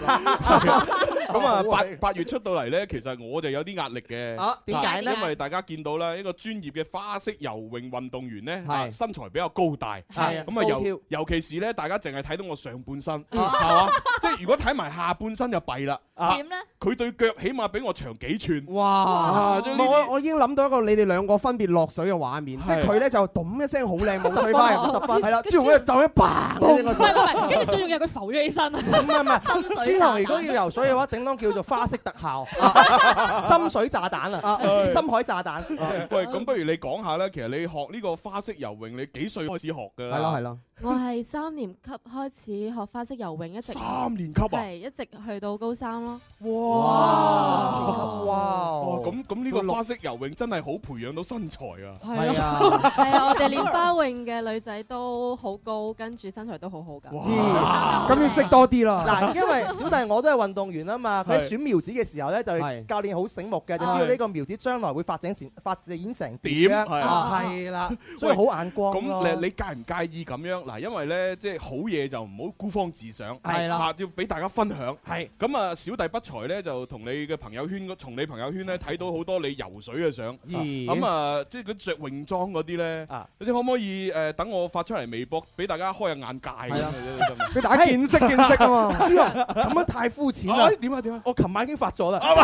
Speaker 8: 咁啊，八八月出到嚟咧，其實我就有啲壓力嘅。
Speaker 1: 啊點解呢
Speaker 8: 因為大家見到咧，一個專業嘅花式游泳運動員咧，
Speaker 1: 係
Speaker 8: 啊身材比較高大，
Speaker 1: 係
Speaker 8: 咁啊，
Speaker 1: 高
Speaker 8: 尤
Speaker 1: 挑啊
Speaker 8: 尤其是咧，大家淨係睇到我上半身，係嘛？ 即係如果睇埋下半身就弊啦。啊
Speaker 1: 點
Speaker 10: 咧？
Speaker 8: 佢對腳起碼比我長幾寸。
Speaker 1: 哇！
Speaker 8: 啊
Speaker 1: 唔
Speaker 8: 即係
Speaker 1: 係
Speaker 8: 呢啲
Speaker 1: 我我已經諗到一個你哋兩個分別落水嘅畫面，即係佢咧就咚一聲好靚冇水花入
Speaker 10: 十
Speaker 1: 十
Speaker 10: 分
Speaker 1: 分，係啦，朱紅咧就一砰一聲
Speaker 10: 唔
Speaker 1: 個
Speaker 10: 係唔係，跟住最重要係佢浮咗起身。唔
Speaker 9: 係唔係，朱紅如果要游水嘅話，頂頂籠叫做花式特效，啊深水炸彈啊，
Speaker 8: 係
Speaker 9: 深海炸彈。
Speaker 8: 喂，咁不如你講下啦，其實你學呢個花式游泳，你幾歲開始學㗎啦？
Speaker 1: 係咯係咯。
Speaker 7: 我係三年級開始學花式游泳，一直
Speaker 8: 三年級啊
Speaker 7: 係一直去到高三咯。
Speaker 8: 哇
Speaker 7: 三年級
Speaker 8: 哇！咁咁呢個花式游泳真係好培養到身材啊！
Speaker 7: 係啊，係啊，我哋練花泳嘅女仔都好高，跟住身材都好好噶。
Speaker 1: 咁要識多啲啦。
Speaker 9: 嗱，因為小弟我都係運動員啊嘛，
Speaker 1: 係
Speaker 9: 佢喺選苗子嘅時候咧，就
Speaker 1: 係
Speaker 9: 教練好醒目嘅，就知道
Speaker 1: 係
Speaker 9: 呢個苗子將來會發展成發展成
Speaker 8: 點
Speaker 9: 樣
Speaker 8: 係
Speaker 9: 啊係啦，所以好眼光咯
Speaker 8: 咁你你介唔介意咁樣？嗱，因為咧即係好嘢就唔好孤芳自賞，
Speaker 9: 係啦
Speaker 8: 啊要俾大家分享。
Speaker 9: 係
Speaker 8: 咁啊，小弟不才咧就同你嘅朋友圈嗰，從你朋友圈咧睇到好多你游水嘅相。
Speaker 1: 咦
Speaker 8: 咁啊，即係佢着泳裝嗰啲咧，你可唔可以誒等我發出嚟微博俾大家開下眼界？啊係啦，
Speaker 1: 俾大家見識見識啊 嘛
Speaker 9: 朱紅咁樣太膚淺啦
Speaker 8: 啊！點啊點啊！
Speaker 9: 我琴晚已經發咗啦。
Speaker 8: 唔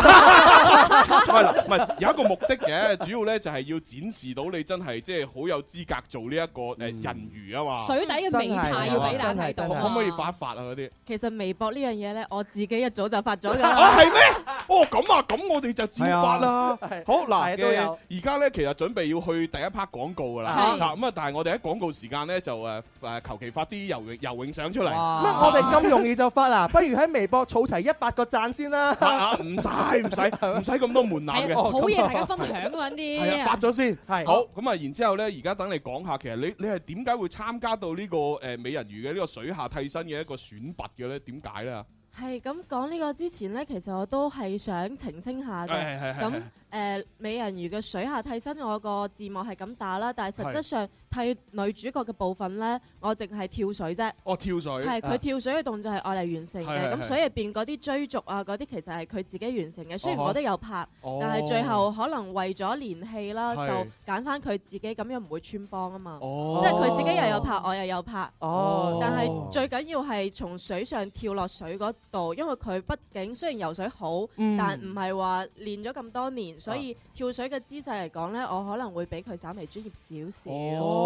Speaker 8: 係啦唔係有一個目的嘅，主要咧就係要展示到你真係即係好有資格做呢一個誒
Speaker 9: 嗯
Speaker 8: 人魚啊嘛。
Speaker 7: 水底嘅美態要俾大家睇到啊
Speaker 8: 可唔可以發一發啊嗰啲？
Speaker 7: 其實微博呢樣嘢咧，我自己一早就發咗㗎啦。
Speaker 8: 啊，係咩？哦，咁啊，咁我哋就照發啦
Speaker 9: 係啊。
Speaker 8: 好嗱，
Speaker 9: 係都有
Speaker 8: 嘅而家咧其實準備要去第一 part 廣告噶啦。
Speaker 9: 係
Speaker 8: 嗱咁啊，但係我哋喺廣告時間咧就誒誒求其發啲游泳游泳相出嚟。
Speaker 9: 乜我哋咁容易就發啊？ 不如喺微博儲齊一百個讚先啦！
Speaker 8: 啊唔使唔使唔使咁多門檻嘅。
Speaker 10: 係啊好嘢，大家分享揾
Speaker 8: 係啊，
Speaker 10: 啲
Speaker 8: 發。咗先，
Speaker 9: 係
Speaker 8: 好咁啊！然之後咧，而家等你講下，其實你你係點解會參加到呢個誒美人魚嘅呢個水下替身嘅一個選拔嘅咧？點解咧？
Speaker 7: 係咁講呢個之前呢，其實我都係想澄清下
Speaker 8: 係係
Speaker 7: 嘅。
Speaker 8: 係
Speaker 7: 咁
Speaker 8: 係
Speaker 7: 誒、美人魚嘅水下替身，我個字幕係咁打啦，但係實質
Speaker 8: 係
Speaker 7: 上替女主角嘅部分呢，我淨係跳水啫。
Speaker 8: 哦，跳水
Speaker 7: 係佢跳水嘅動作係愛嚟完成
Speaker 8: 係係
Speaker 7: 嘅，咁
Speaker 8: 係
Speaker 7: 所以入邊嗰啲追逐啊嗰啲其實係佢自己完成嘅。雖然
Speaker 8: 哦
Speaker 7: 我都有拍，
Speaker 8: 哦
Speaker 7: 但係最後可能為咗連戲啦，
Speaker 8: 係
Speaker 7: 就揀翻佢自己，咁樣唔會穿幫啊嘛。
Speaker 8: 哦
Speaker 7: 即係佢自己又有拍，我又有拍。
Speaker 9: 哦
Speaker 7: 但係最緊要係從水上跳落水嗰度，因為佢畢竟雖然游水好，
Speaker 9: 嗯啊
Speaker 7: 但唔係話練咗咁多年，所以跳水嘅姿勢嚟講呢，我可能會比佢稍微專業少少。
Speaker 9: 哦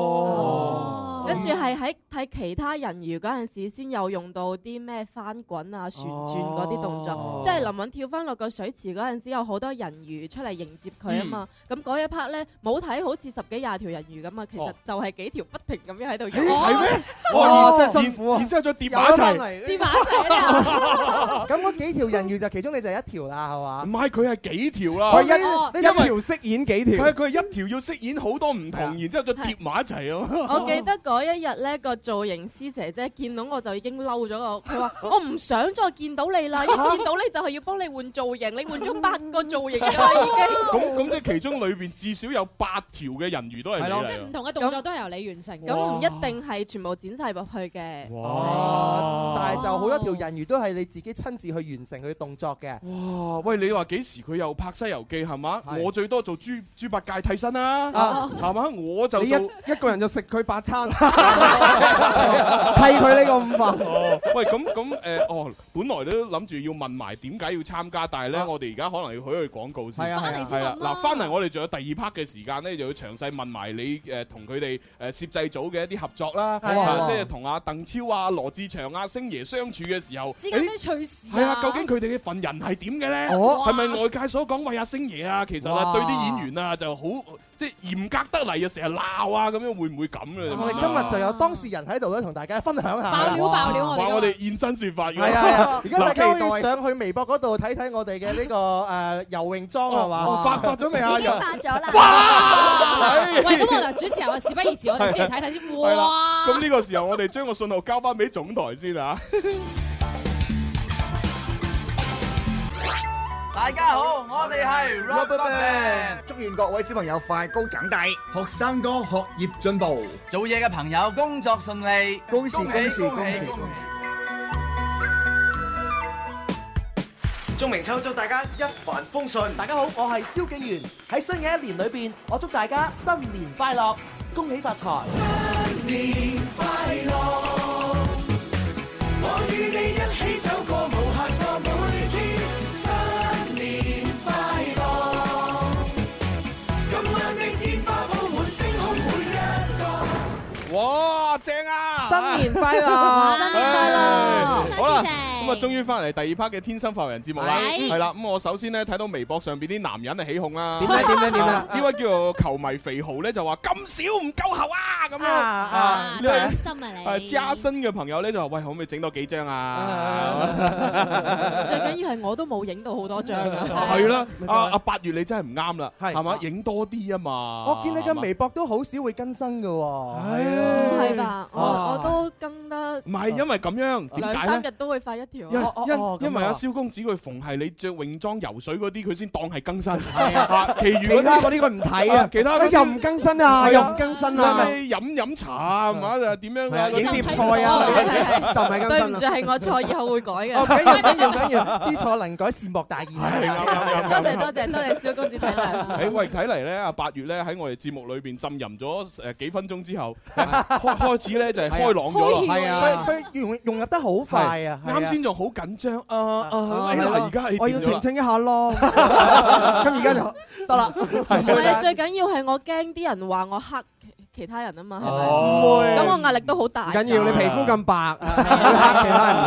Speaker 7: 跟住係喺睇其他人魚嗰陣時，先有用到啲咩翻滾啊、旋轉嗰啲動作，
Speaker 9: 哦
Speaker 7: 即係林允跳翻落個水池嗰陣時，有好多人魚出嚟迎接佢啊嘛。
Speaker 9: 嗯
Speaker 7: 咁嗰、一 part 咧，冇睇好似十幾廿條人魚咁啊，其
Speaker 9: 哦
Speaker 7: 實就係幾條不停咁樣喺 度游。
Speaker 8: 係咩？
Speaker 9: 哇
Speaker 8: 然
Speaker 9: 真係辛苦啊
Speaker 8: 然然之後再疊埋一齊。
Speaker 9: 齊
Speaker 10: 跌埋一齊 啊！
Speaker 9: 咁嗰幾條人魚就其中你就係一條啦，係嘛
Speaker 8: 唔？係佢係幾條
Speaker 9: 佢
Speaker 8: 啦，
Speaker 9: 一哦
Speaker 8: 嗯因
Speaker 9: 呢
Speaker 8: 為
Speaker 9: 一條
Speaker 1: 飾演幾
Speaker 8: 條，佢佢係一條要飾演好多唔同，然之後再疊埋一齊啊！
Speaker 7: 我記得嗰一日咧，個造型師姐姐見到我就已經嬲咗我，佢話：我唔想再見到你啦！一見到你就係要幫你換造型，你換咗八個造型啦已經。
Speaker 8: 咁咁即係其中裏邊至少有八條嘅人魚都係你
Speaker 10: 即係唔
Speaker 8: 嚟
Speaker 10: 同嘅動作都係由你完成。
Speaker 7: 咁唔一定係全部剪晒入去嘅。
Speaker 9: 哦，但係就好多條人魚都係你自己親自去完成佢動作嘅。
Speaker 8: 啊！哇！喂，你話幾時佢又拍《西遊記》係嘛？我最多做豬豬八戒替身啦，
Speaker 1: 啊
Speaker 8: 係嘛？我就
Speaker 1: 你
Speaker 8: 做。
Speaker 1: 一一個人就食佢 八餐，替佢呢個午飯。
Speaker 8: 哦， 喂，咁咁誒，哦，本來都諗住要問埋點解要參加，但係
Speaker 9: 啊
Speaker 8: 咧，我哋而家可能要去去廣告先。
Speaker 1: 係啊係啊翻嚟先
Speaker 8: 係啦
Speaker 1: 諗啦
Speaker 8: 嗱，翻嚟我哋仲有第二 part 嘅時間咧，就要詳細問埋你誒同佢哋誒攝製組嘅一啲合作啦，
Speaker 1: 係啊
Speaker 8: 啊即係同阿鄧超啊、羅志祥啊、星爺相處嘅時候，
Speaker 10: 之間
Speaker 8: 誒
Speaker 10: 咩趣事
Speaker 8: 係啊，究竟佢哋嘅份人係點嘅咧？
Speaker 10: 哦
Speaker 8: 係咪外界所講喂阿星爺啊，其實啊
Speaker 9: 哇
Speaker 8: 對啲演員啊就好即係嚴格得嚟，又成日鬧啊咁樣，會唔會咁咧？
Speaker 9: 我哋今日就有當事人喺度咧，同大家分享下。
Speaker 8: 爆料爆
Speaker 10: 料我哋
Speaker 8: 哇！我哋現身説法㗎。
Speaker 9: 係啊係啊！而家大家
Speaker 8: 啊嗱
Speaker 9: 可以上去微博嗰度睇睇我哋嘅呢個誒游泳裝係
Speaker 8: 哦
Speaker 9: 嘛？
Speaker 8: 發發咗未 啊已經
Speaker 10: 發
Speaker 9: 咗啦！
Speaker 10: 哇！喂，咁我嗱，主持人，我事不宜遲，我哋先嚟睇睇先。
Speaker 8: 係啦
Speaker 10: 哇！
Speaker 8: 咁呢個時候我哋將個信號交翻俾總台先啊！
Speaker 19: 大家好，我哋係 Rubberband，
Speaker 20: 祝願各位小朋友快高長大，學生哥學業進步，
Speaker 19: 做嘢嘅朋友工作順利，
Speaker 20: 恭喜
Speaker 19: 恭喜
Speaker 20: 恭喜
Speaker 19: 恭喜
Speaker 20: 恭喜
Speaker 19: 恭喜！
Speaker 9: 钟明秋祝大家一帆風順。大家好，我係蕭敬元。喺新嘅一年裏邊，我祝大家新年快樂，恭喜發財。
Speaker 6: 年快樂！我與你一起走過無限個每天，新年快樂！今晚的煙花鋪滿星空每一個。
Speaker 8: 哇，正啊！
Speaker 9: 新年快樂
Speaker 8: 哎
Speaker 9: 新年快樂
Speaker 8: 好啦，
Speaker 9: 多謝
Speaker 8: 咁咁啊，終於翻嚟第二 part 嘅天生發人節目啦，
Speaker 6: 係
Speaker 8: 係啦。咁我首先咧睇到微博上邊啲男人係起哄啦，
Speaker 6: 點咧點咧點咧
Speaker 8: 呢位叫做球迷肥豪咧就話咁少唔夠喉啊咁樣
Speaker 6: 啊
Speaker 8: 呢位
Speaker 6: 貪心啊你
Speaker 8: 啊加薪嘅朋友咧就話喂可唔可以整多幾張 啊？
Speaker 7: 最緊要係我都冇影到好多張啊。
Speaker 8: 係啦，啊阿八月你真係唔啱啦，係嘛？影多啲啊嘛。
Speaker 9: 我見你嘅微博都好少會更新嘅喎，
Speaker 8: 唔
Speaker 7: 係吧？我
Speaker 9: 啊
Speaker 7: 我都跟得
Speaker 8: 唔係因為咁樣，
Speaker 7: 兩
Speaker 8: 點解
Speaker 7: 三
Speaker 8: 咧
Speaker 7: 日？都會發一條。
Speaker 8: 因因因為阿
Speaker 7: 啊
Speaker 8: 蕭公子佢逢係你着泳裝游水嗰啲，佢先當係 更新，啊其餘嗰
Speaker 1: 其他
Speaker 8: 啲
Speaker 1: 嗰啲佢唔睇啊
Speaker 8: 其他嗰啲
Speaker 1: 又唔更新啊
Speaker 8: 係
Speaker 1: 又唔更新啊
Speaker 8: 咩飲飲茶啊，唔係啊點樣
Speaker 1: 係啊
Speaker 8: 啊，
Speaker 1: 影碟菜 啊
Speaker 8: 嗰啲
Speaker 1: 係係係就唔係更新
Speaker 7: 對唔住，係我錯，以後會改嘅。
Speaker 9: 哦，緊要緊要緊要，知錯能改，善莫大焉。
Speaker 7: 多謝多謝多謝蕭公子體諒。
Speaker 8: 誒喂，睇嚟咧，阿八月咧喺我哋節目裏邊浸淫咗誒幾分鐘之 後，開開始咧就係開朗咗啦，
Speaker 9: 佢佢融融入得好快啊！
Speaker 8: 啱先仲好緊張啊啊！哎呀而家係
Speaker 1: 我要
Speaker 8: 點樣
Speaker 1: 澄
Speaker 8: 啦
Speaker 1: 清一下 咯。咁而家就得啦。
Speaker 7: 唔係，啊最緊要係我驚啲人話我黑其他人啊嘛，係咪？
Speaker 1: 哦
Speaker 7: 咁我壓力都好大。
Speaker 1: 唔緊要，你皮膚 咁白，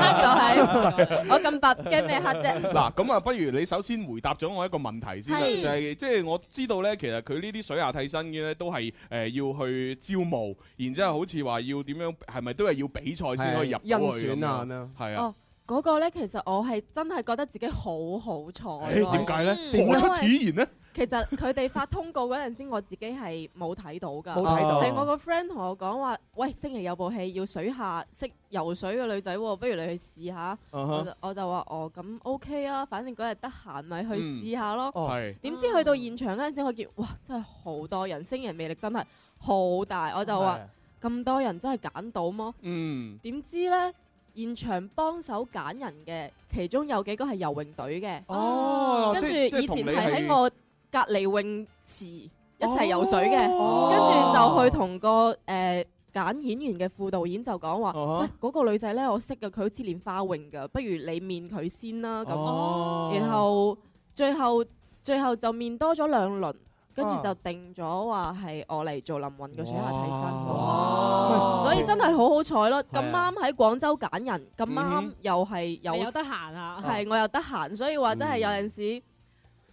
Speaker 7: 我咁白，驚咩黑啫？
Speaker 8: 嗱，咁啊，不如你首先回答咗我一個問題先啦，
Speaker 7: 係
Speaker 8: 就係即係我知道咧，其實佢呢啲水下替身嘅咧，都係誒要去招募，然之後好似話要點樣，係咪都係要比賽先可以入
Speaker 1: 係甄
Speaker 8: 到去
Speaker 1: 選啊
Speaker 8: 咁樣？係啊
Speaker 7: 哦。，嗰個咧，其實我係真係覺得自己好好彩
Speaker 8: 誒
Speaker 7: 咯。
Speaker 6: 哦
Speaker 8: 啊點解咧？何
Speaker 7: 嗯
Speaker 8: 出
Speaker 7: 因為
Speaker 8: 此言呢？
Speaker 7: 其實佢哋發通告嗰陣時，我自己係冇睇到㗎。
Speaker 8: 冇睇到
Speaker 7: 係我個 friend 同我講話，喂，星期有部戲要水下識游水嘅女仔喎，不如你去試
Speaker 1: 啊
Speaker 7: 下。
Speaker 6: 嗯哼
Speaker 7: 我就我就話哦，咁 OK 啊，反正嗰日得閒咪去
Speaker 6: 嗯
Speaker 7: 試下咯。
Speaker 6: 哦係
Speaker 7: 點知去到現場嗰陣時，我見哇，真係好多人，星人魅力真係好大，我就話咁多人真係揀到麼？
Speaker 8: 嗯，
Speaker 7: 點知呢？現場幫手揀人嘅，其中有幾個係游泳隊嘅。
Speaker 6: 哦
Speaker 7: 跟住
Speaker 6: 即係即係
Speaker 7: 以
Speaker 6: 同
Speaker 7: 前
Speaker 6: 你
Speaker 7: 係喺
Speaker 6: 係
Speaker 7: 我隔離泳池一齊游水嘅，
Speaker 6: 哦
Speaker 7: 跟住就去同個誒揀演員嘅副導演就講話：，
Speaker 6: 哦
Speaker 7: 喂，嗰個女仔呢，我識嘅，佢好似練花泳㗎，不如你面佢先啦
Speaker 6: 哦
Speaker 7: 咁。然後最後最後就面多咗兩輪。跟住
Speaker 6: 啊
Speaker 7: 就定咗話係我嚟做林雲嘅水下替身。
Speaker 6: 哇
Speaker 7: 所以真係好好彩咯！咁
Speaker 6: 係啊
Speaker 7: 啱喺廣州揀人，咁
Speaker 6: 嗯
Speaker 7: 啱
Speaker 6: 哼
Speaker 7: 又係有
Speaker 10: 你有得閒啊
Speaker 7: 係我又得閒，所以話真係有陣時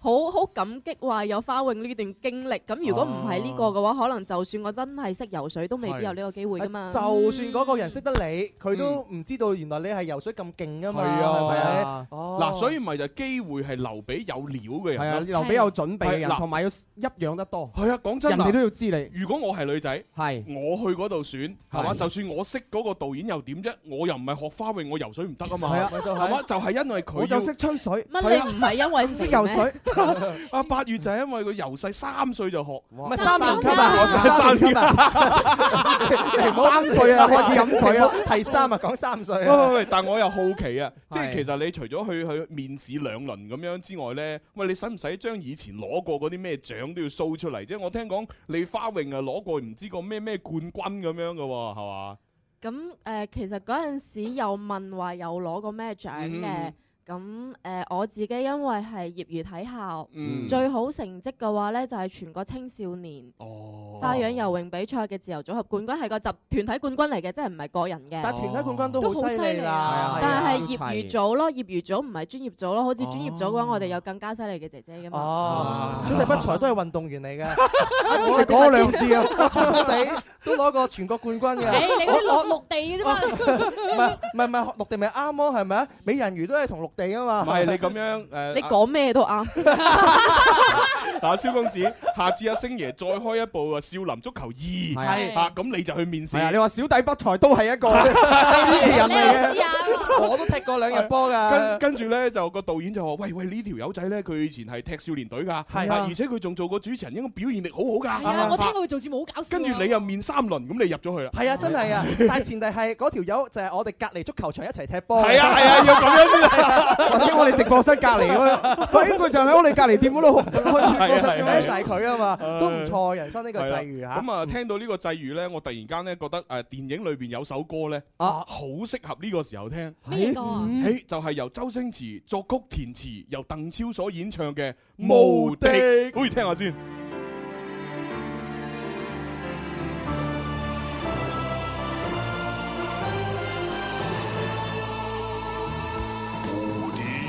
Speaker 7: 好好感激話有花泳呢段經歷。咁如果唔係呢個嘅話，可能就算我真係識游水，都未必有呢個機會噶嘛。
Speaker 9: 就算嗰個人識得你，佢都唔知道原來你係游水咁勁噶嘛，
Speaker 1: à.
Speaker 9: 係咪？哦
Speaker 8: 嗱，所以咪就機會係留俾有料嘅人
Speaker 1: 係
Speaker 8: 咯，
Speaker 1: 啊，留俾有準備嘅
Speaker 8: 係
Speaker 1: 人，
Speaker 8: 嗱
Speaker 1: 同埋要一樣得多。
Speaker 8: 係啊，講真，
Speaker 1: 人哋都要知你。
Speaker 8: 如果我係女仔，
Speaker 1: 係
Speaker 8: 我去嗰度選，係嘛？
Speaker 1: 係
Speaker 8: 就算我識嗰個導演又點啫？我又唔係學花泳，我游水唔得啊嘛。
Speaker 1: 係啊咪就係
Speaker 8: 係嘛？就係因為佢
Speaker 1: 我就
Speaker 8: 要
Speaker 1: 識吹水。
Speaker 7: 乜
Speaker 1: 係啊
Speaker 7: 你唔係因為唔
Speaker 1: 識游 水？
Speaker 8: 啊，八月就係因為佢由細三歲就學，唔
Speaker 1: 係三年級啊
Speaker 8: 我三年級
Speaker 9: 三歲啊開始飲水 啦係三啊講三歲啊
Speaker 8: 喂喂喂，但我又好奇啊，即係
Speaker 9: 係
Speaker 8: 其實你除咗去去面試兩輪咁樣之外咧，喂，你使唔使將以前攞過嗰啲咩獎都要 show 出嚟？即係我聽講你花泳啊攞過唔知個咩咩冠軍咁樣嘅喎，係嘛？
Speaker 7: 咁誒、呃其實嗰陣時又問話有攞過咩獎嘅
Speaker 8: 嗯，
Speaker 7: 咁誒、呃我自己因為係業餘體校，
Speaker 6: 嗯
Speaker 7: 最好成績嘅話呢，就係、全國青少年花樣游泳比賽嘅自由組合冠軍，係個集團體冠軍嚟嘅，即係唔係個人嘅。
Speaker 9: 但團體冠軍都好犀利啦
Speaker 7: 啊，但係業餘組咯，業餘組唔係專業組咯，好似專業組嘅話，我哋有更加犀利嘅姐姐㗎嘛。
Speaker 9: 哦，小弟不才都係運動員 嚟嘅，
Speaker 1: 我哋講咗兩次啊
Speaker 9: 我初初地都攞過全國冠軍嘅。
Speaker 10: 誒，你嗰啲
Speaker 9: 我
Speaker 10: 陸陸地嘅啫嘛。
Speaker 9: 唔係唔係唔係陸地咪啱咯，係咪啊？美人魚都係同陸地啊嘛。
Speaker 8: 唔係你咁樣呃誒
Speaker 7: 你講咩都啱。
Speaker 8: 嗱，蕭公子，下次阿星爺再開一部啊《少林足球二》，
Speaker 1: 係
Speaker 8: 啊，咁你就去面
Speaker 1: 係啊，
Speaker 8: 試
Speaker 1: 你。話小弟不才都係一個主持人嚟嘅。
Speaker 9: 我都踢過兩 日波㗎。
Speaker 8: 跟跟住咧就個導演就話：喂喂，呢條友仔咧，佢以前係踢少年隊㗎，
Speaker 9: 係啊
Speaker 8: 而且佢仲做過主持人，應該表現力好好㗎。
Speaker 10: 係啊，我聽
Speaker 8: 啊
Speaker 10: 過佢做節目好搞笑啊。
Speaker 8: 跟住你又面三輪，咁你入咗去啦。
Speaker 9: 係啊，真係啊！但係前提係嗰條友就係我哋隔離足球場一齊踢波。
Speaker 8: 係 啊係啊要咁樣先
Speaker 1: 或者我哋直播室隔離嗰，佢應該就喺我哋隔離店嗰度開直播室
Speaker 8: 係
Speaker 1: 嘅
Speaker 8: 啊
Speaker 1: 咩？
Speaker 9: 就係佢啊嘛，都唔錯，人生呢個際遇
Speaker 8: 係
Speaker 9: 嚇。
Speaker 8: 啦咁啊，聽到呢個際遇咧，我突然間咧覺得誒電影裏邊有首歌咧，
Speaker 9: 啊
Speaker 8: 好適合呢個時候
Speaker 7: 哎嗯
Speaker 8: 聽。
Speaker 10: 咩歌啊
Speaker 8: 誒誒就係由周星馳作曲填詞，由鄧超所演唱嘅《無
Speaker 6: 無
Speaker 8: 敵
Speaker 6: 敵》。
Speaker 8: 好，聽下先。
Speaker 6: Hãy subscribe cho kênh Ghiền Mì Gõ Để không bỏ lỡ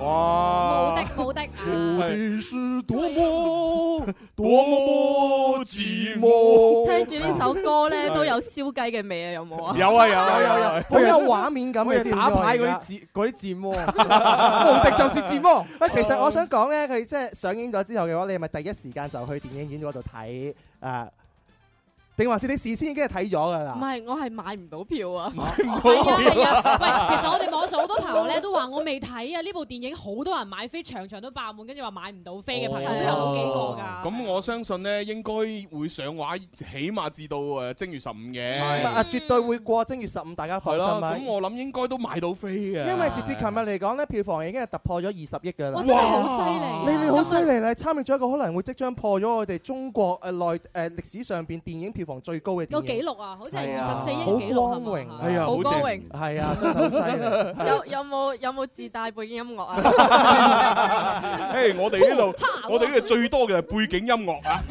Speaker 8: 啊 係
Speaker 10: 啊
Speaker 6: 的
Speaker 9: 是多么
Speaker 8: 多么寂哦
Speaker 7: 聽住呢首歌咧都有燒雞嘅味啊，有冇 啊？
Speaker 8: 有啊有啊有啊有啊
Speaker 9: 好有畫面感
Speaker 1: 我
Speaker 9: 嘅，
Speaker 1: 哋
Speaker 9: 知唔知
Speaker 1: 打
Speaker 9: 我
Speaker 1: 牌
Speaker 9: 而
Speaker 1: 嗰啲
Speaker 9: 家
Speaker 1: 字嗰啲字 魔，無敵就是字魔。
Speaker 9: 喂，其實我想講咧，佢即係上映咗之後嘅話，你係咪第一時間就去電影院嗰度睇啊？定還是你事先已經係睇咗㗎
Speaker 7: 唔
Speaker 9: 啦？
Speaker 7: 係，我係買唔到票啊！
Speaker 10: 係啊係啊，喂，其實我哋網上好多朋友咧都話我未睇啊，呢部電影好多人買飛，場場都爆滿，跟住話買唔到飛嘅朋友都有好幾個
Speaker 8: 哦
Speaker 10: 㗎。
Speaker 8: 咁我相信咧，應該會上畫，起碼至到誒正月十五嘅。
Speaker 9: 咁啊，絕對會過正月十五，大家放
Speaker 8: 係
Speaker 9: 心
Speaker 8: 啦，
Speaker 9: 啦
Speaker 8: 咁。我諗應該都買到飛嘅。
Speaker 9: 因為直至琴 日嚟講咧，票房已經係突破咗二十億㗎啦。
Speaker 8: 哇真係好犀
Speaker 10: 啊
Speaker 9: 利！你哋好犀利啦，參與咗一個可能會即將破咗我哋中國誒內誒歷史上邊電影票房最高嘅
Speaker 10: 個
Speaker 9: 電
Speaker 10: 紀
Speaker 9: 影。
Speaker 10: 錄啊，好似係
Speaker 9: 係啊
Speaker 10: 二十四億紀錄
Speaker 9: 好
Speaker 10: 係
Speaker 9: 光
Speaker 10: 嘛
Speaker 9: 榮啊，
Speaker 10: 哎呀好好光正榮
Speaker 9: 係啊，真係好犀利。
Speaker 7: 有有冇有冇自帶背景音樂啊？
Speaker 8: 誒，我哋呢 度，我哋呢度最多嘅係背景音樂啊。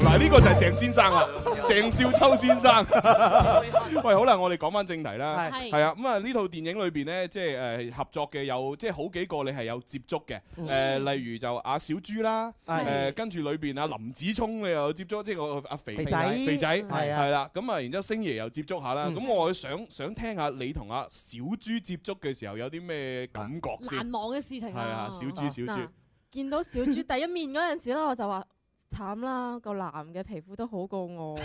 Speaker 8: 嗱，呢個就係鄭先生啦，鄭少秋先生。 喂，好啦，我哋講翻正題啦。
Speaker 6: 係
Speaker 8: 係啊，咁啊呢套電影裏邊呢，即係誒合作嘅有即係好幾個你係有接觸嘅。
Speaker 6: 嗯
Speaker 8: 誒，例如就阿小豬啦，
Speaker 6: 係
Speaker 7: 嗯
Speaker 8: 誒跟住裏邊阿林子聰你又接觸，即係個阿肥
Speaker 6: 肥仔
Speaker 8: 肥仔
Speaker 6: 係啊
Speaker 8: 係啦。咁啊，然之後星爺又接觸下啦。
Speaker 6: 嗯
Speaker 8: 咁我想想聽下你同阿小豬接觸嘅時候有啲咩感覺先？
Speaker 7: 難忘嘅事情
Speaker 8: 係啊
Speaker 7: 啊！
Speaker 8: 小豬小豬
Speaker 7: 嗱見到小豬第一面嗰陣時咧，我就話慘啦，個男嘅皮膚都好過我。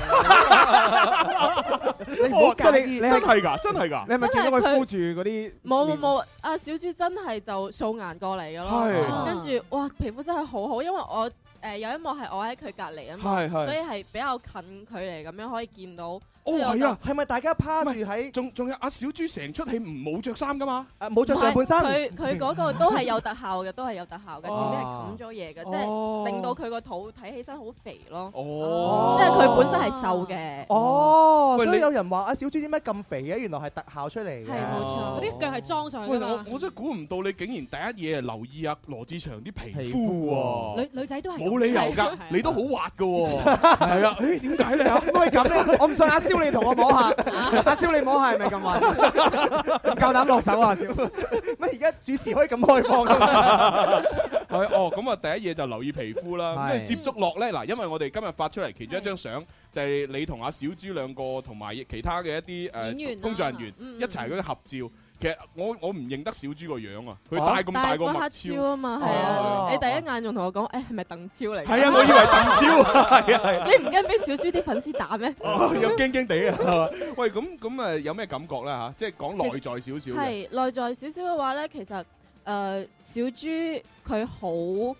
Speaker 1: 你唔好
Speaker 8: 哦真
Speaker 1: 介意
Speaker 8: 係真係㗎，真係㗎。
Speaker 1: 你係咪見到佢敷住嗰啲？
Speaker 7: 冇冇冇，阿小豬真係就素顏過嚟嘅
Speaker 1: 係
Speaker 7: 咯，跟住哇皮膚真係好好，因為我誒有一幕係我喺佢隔離啊嘛，
Speaker 9: 係係
Speaker 7: 所以係比較近距離咁樣可以見到。
Speaker 8: 哦
Speaker 7: 跟住我就
Speaker 8: 係啊，
Speaker 9: 係咪大家趴住喺？
Speaker 8: 仲仲有阿小豬成出戲唔冇着衫噶嘛？
Speaker 9: 誒冇着上半身。
Speaker 7: 唔係佢佢嗰個都係有特效嘅，都係有特效嘅，前面係
Speaker 8: 哦
Speaker 7: 冚咗嘢嘅，
Speaker 8: 哦
Speaker 7: 即係令到佢個肚睇起身好肥咯。
Speaker 8: 哦
Speaker 7: 即係佢本身係瘦嘅。
Speaker 9: 哦，
Speaker 8: 喂
Speaker 9: 所
Speaker 8: 你
Speaker 9: 以有人話阿小豬點解咁肥嘅？原來係特效出嚟嘅。
Speaker 7: 係冇錯
Speaker 10: 嗰啲腳係裝上去
Speaker 8: 喂，
Speaker 10: 㗎
Speaker 8: 我
Speaker 10: 嘛。
Speaker 8: 我真係估唔到你竟然第一嘢留意阿羅志祥啲皮
Speaker 10: 皮
Speaker 8: 膚
Speaker 10: 膚
Speaker 8: 喎，
Speaker 10: 女女仔都係咁
Speaker 8: 冇理由㗎
Speaker 10: 係啊，
Speaker 8: 你都好滑㗎喎，係啊，誒點解咧嚇？
Speaker 1: 喂咁咧，我唔信阿蕭你同我摸下，阿蕭你摸下係咪咁 滑？唔夠膽落手啊，阿蕭！
Speaker 9: 乜而家主持可以咁開放嘅咩？
Speaker 8: 係哦，咁啊第一嘢就留意皮膚啦，咁
Speaker 1: 係
Speaker 8: 你接觸落咧嗱，因為我哋今日發出嚟其中一張相就係你同阿小豬兩個同埋其他嘅一啲
Speaker 10: 演員
Speaker 8: 誒
Speaker 10: 啦
Speaker 8: 工作人員
Speaker 10: 嗯嗯
Speaker 8: 一齊嗰啲合照。其實我我唔認得小豬個樣啊，佢
Speaker 7: 啊
Speaker 8: 戴咁大個
Speaker 7: 戴個
Speaker 8: 墨
Speaker 7: 黑
Speaker 8: 超
Speaker 7: 超啊嘛，係
Speaker 8: 哦
Speaker 7: 啊，你第一眼仲同我講，誒係咪鄧超嚟㗎？
Speaker 8: 係啊，我以為鄧超 啊，係啊係啊。
Speaker 7: 你唔驚俾小豬啲粉絲打咩？
Speaker 8: 哦又驚驚地啊，係
Speaker 9: Ờ.
Speaker 8: 嘛？喂，咁咁誒有咩感覺咧嚇？即係講內在少少嘅。
Speaker 7: 係內在少少嘅話咧，其實誒、呃小豬佢好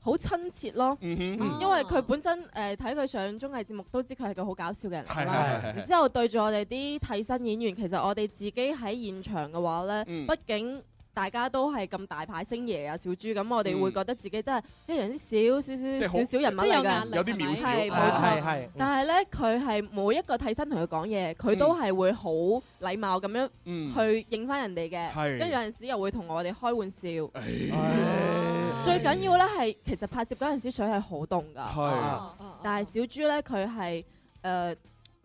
Speaker 7: 好親切咯，
Speaker 8: 嗯
Speaker 7: 因為佢本身誒睇佢上綜藝節目都知佢係個好搞笑嘅人嚟㗎啦。
Speaker 6: 係係係係
Speaker 7: 然之後對住我哋啲替身演員，其實我哋自己喺現場嘅話咧，
Speaker 6: 嗯
Speaker 7: 畢竟。大家都係咁大牌星爺啊、小豬咁，我哋會
Speaker 6: 嗯
Speaker 7: 覺得自己真係非常之小少
Speaker 6: 即係
Speaker 7: 少
Speaker 6: 好嗯
Speaker 7: 少少人物
Speaker 6: 即係有
Speaker 7: 嚟
Speaker 6: 壓力
Speaker 7: 嘅，
Speaker 6: 有啲渺小
Speaker 10: À.
Speaker 7: 係
Speaker 6: 啊
Speaker 7: 冇
Speaker 6: 係
Speaker 7: 錯，
Speaker 6: 係嗯
Speaker 7: 但係咧，佢係每一個替身同佢講嘢，佢都係會好禮貌咁樣
Speaker 6: 嗯
Speaker 7: 去應翻人哋嘅，
Speaker 6: 係
Speaker 7: 跟住有陣時又會同我哋開玩笑。
Speaker 6: 唉
Speaker 7: 最緊要咧係其實拍攝嗰陣時水係好凍㗎
Speaker 10: 哦
Speaker 6: 係，
Speaker 7: 但係小豬咧佢係誒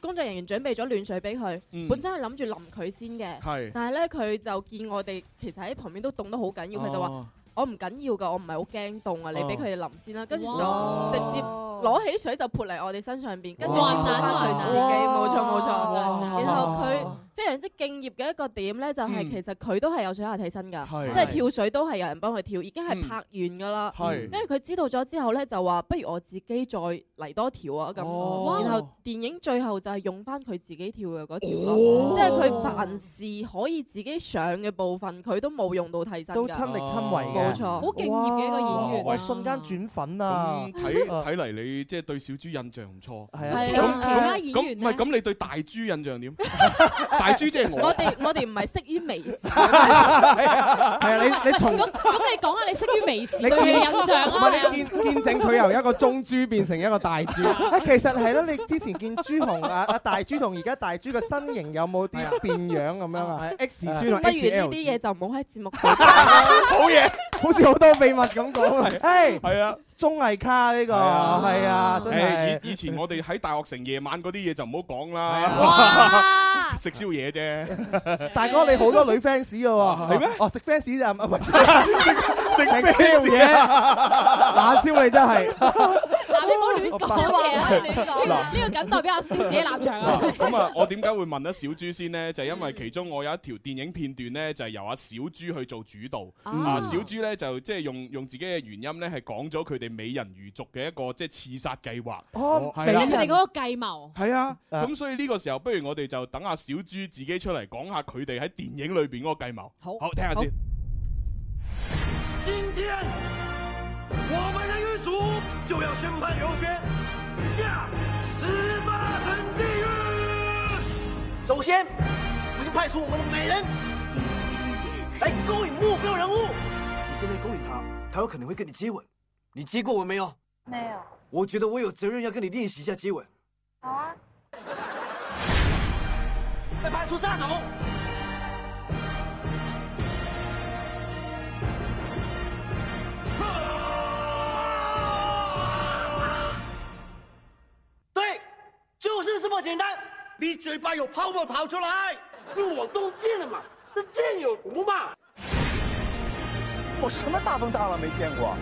Speaker 7: 工作人員準備咗暖水俾佢
Speaker 6: 嗯，
Speaker 7: 本身係諗住淋佢先
Speaker 6: 係
Speaker 7: 嘅，但係咧佢就見我哋其實喺旁邊都凍得好緊要，佢就
Speaker 6: 哦
Speaker 7: 話。我唔緊要㗎，我唔係好驚凍啊！你俾佢哋淋先啦，跟住就
Speaker 6: 哇
Speaker 7: 直接攞起水就潑嚟我哋身上邊，跟住
Speaker 6: 哇啊
Speaker 7: 潑翻佢自己，冇錯冇
Speaker 9: Ờ.
Speaker 6: 哇
Speaker 7: 錯。然後佢非常之敬業嘅一個點咧，就係
Speaker 6: 嗯
Speaker 7: 其實佢都係有水下替身㗎，
Speaker 6: 係嗯
Speaker 7: 即係跳水都係有人幫佢跳，已經係拍完㗎啦。
Speaker 6: 係
Speaker 7: 跟住佢知道咗之後咧，就話不如我自己再嚟多條啊
Speaker 6: 哦
Speaker 7: 咁。然後電影最後就係用翻佢自己跳嘅嗰條咯，即係佢凡事可以自己上嘅部分，佢都冇用到替身㗎。
Speaker 9: 都
Speaker 8: 啊
Speaker 9: 親力親為嘅，
Speaker 7: 冇錯，
Speaker 9: 哇我瞬間轉粉啊！
Speaker 8: 咁睇睇嚟，你即係對小豬印象唔錯。
Speaker 9: 係
Speaker 7: 啊係
Speaker 8: 咁
Speaker 7: 啊其他演
Speaker 8: 咁
Speaker 7: 員
Speaker 8: 唔係咁，你對大豬印象 點？大豬即係
Speaker 7: 我
Speaker 8: 我。
Speaker 7: 哋我哋唔係識於微啊視。
Speaker 1: 係啊，你你從
Speaker 10: 咁咁你講下你識於微視
Speaker 1: 你
Speaker 10: 對佢嘅印象
Speaker 1: 唔
Speaker 10: 啊？
Speaker 1: 係你見見證佢由一個中珠變成一個大珠。
Speaker 9: 啊，其實係咯，你之前見朱紅啊啊大豬同而家大豬個身形有冇
Speaker 8: 啊
Speaker 9: 啲變樣咁樣啊
Speaker 1: ？X
Speaker 7: 不如呢啲嘢就唔好喺節目度講。
Speaker 8: 好嘢，
Speaker 1: 好似好多秘密咁講。
Speaker 9: 誒，
Speaker 8: 係哎啊，
Speaker 9: 哎綜藝卡呢個係啊，真係
Speaker 8: 哎
Speaker 7: 啊
Speaker 8: 誒以以前我哋喺大學城夜晚嗰啲嘢就唔好講啦。食宵嘢 啫。
Speaker 9: 大哥你好多女 fans 嘅喎，
Speaker 8: 啊係咩？
Speaker 9: 哦，食 fans 就唔 係
Speaker 8: 食啊
Speaker 9: 食
Speaker 1: 食宵夜阿蕭你真係
Speaker 10: 嗱，你唔好亂講嘢啊！
Speaker 8: 白
Speaker 10: 亂講呢個呢個僅代表阿蕭自己立場啊！
Speaker 8: 咁啊，我點解會問得小豬先呢？就係因為其中我有一條電影片段呢，就係由阿小豬去做主導。
Speaker 10: 嗯
Speaker 8: 啊，小豬呢，就即係用用自己嘅原音呢，係講咗佢哋美人魚族嘅一個即係刺殺計劃。
Speaker 10: 哦
Speaker 8: 係啊
Speaker 10: 即
Speaker 8: 啦
Speaker 10: 係佢哋嗰個計謀。
Speaker 8: 係啊，咁所以呢個時候，不如我哋就等阿小豬自己出嚟講下佢哋喺電影裏邊嗰個計謀。
Speaker 10: 好
Speaker 8: 好，聽下先。
Speaker 6: 今天，我们人鱼族就要宣判刘轩下十八层地狱。首先，我就派出我们的美人来勾引目标人物。
Speaker 15: 你现在勾引他，他有可能会跟你接吻。你接过吻没有？
Speaker 4: 没有，
Speaker 15: 我觉得我有责任要跟你练习一下接吻。
Speaker 4: 好啊，
Speaker 6: 再派出杀手，对，就是这么简单。你嘴巴有泡沫跑出来，因为我动剑了嘛，这剑有毒嘛。
Speaker 14: 我什么大风大浪没见过？